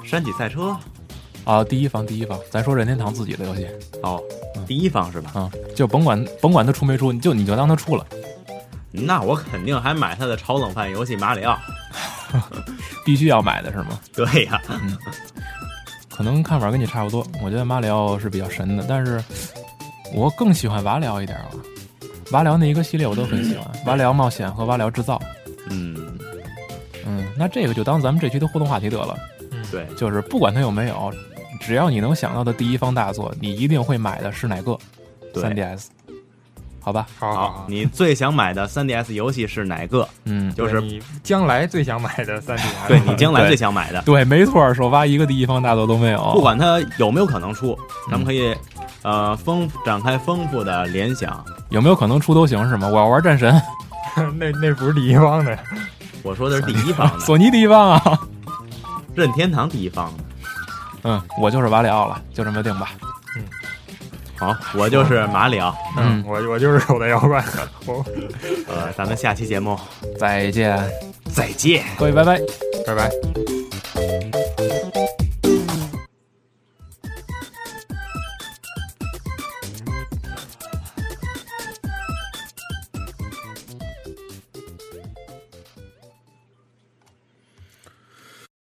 [SPEAKER 3] 山脊赛车
[SPEAKER 2] 啊，第一方第一方，咱说任天堂自己的游戏
[SPEAKER 3] 哦
[SPEAKER 2] 嗯，
[SPEAKER 3] 第一方是吧？
[SPEAKER 2] 啊，就甭管甭管它出没出，你就你就当它出了，
[SPEAKER 3] 那我肯定还买它的炒冷饭游戏马里奥。
[SPEAKER 2] 必须要买的是吗？
[SPEAKER 3] 对呀、
[SPEAKER 2] 可能看法跟你差不多，我觉得马里奥是比较神的，但是我更喜欢瓦里奥一点吧。瓦里奥那一个系列我都很喜欢，瓦里奥冒险和瓦里奥制造。
[SPEAKER 3] 嗯，
[SPEAKER 2] 嗯，那这个就当咱们这期的互动话题得了，
[SPEAKER 4] 嗯
[SPEAKER 3] 对，
[SPEAKER 2] 就是不管它有没有，只要你能想到的第一方大作，你一定会买的是哪个
[SPEAKER 3] 对
[SPEAKER 2] 3DS，好吧？
[SPEAKER 4] 好好
[SPEAKER 3] 好
[SPEAKER 4] 好，，
[SPEAKER 3] 你最想买的 3DS 游戏是哪个？
[SPEAKER 2] 嗯，
[SPEAKER 3] 就是
[SPEAKER 4] 对你将来最想买的三 D，
[SPEAKER 3] 对哦你将来
[SPEAKER 2] 对
[SPEAKER 3] 最想买的，
[SPEAKER 2] 对，没错，首发一个第一方大作都没有，
[SPEAKER 3] 不管它有没有可能出，咱们可以呃丰展开丰富的联想。
[SPEAKER 2] 有没有可能出都行是吗？我要玩战神，
[SPEAKER 4] 那那不是第一方的，
[SPEAKER 3] 我说的是第一方的，
[SPEAKER 2] 索尼第一方啊。
[SPEAKER 3] 任天堂第一方的。
[SPEAKER 2] 嗯，我就是瓦里奥了，就这么定吧。
[SPEAKER 3] 好，我就是马里奥。
[SPEAKER 2] 嗯
[SPEAKER 4] 我我就是口袋妖怪，我
[SPEAKER 3] 呃，咱们下期节目
[SPEAKER 2] 再见，
[SPEAKER 3] 再见。
[SPEAKER 2] 各位拜拜。
[SPEAKER 4] 拜拜。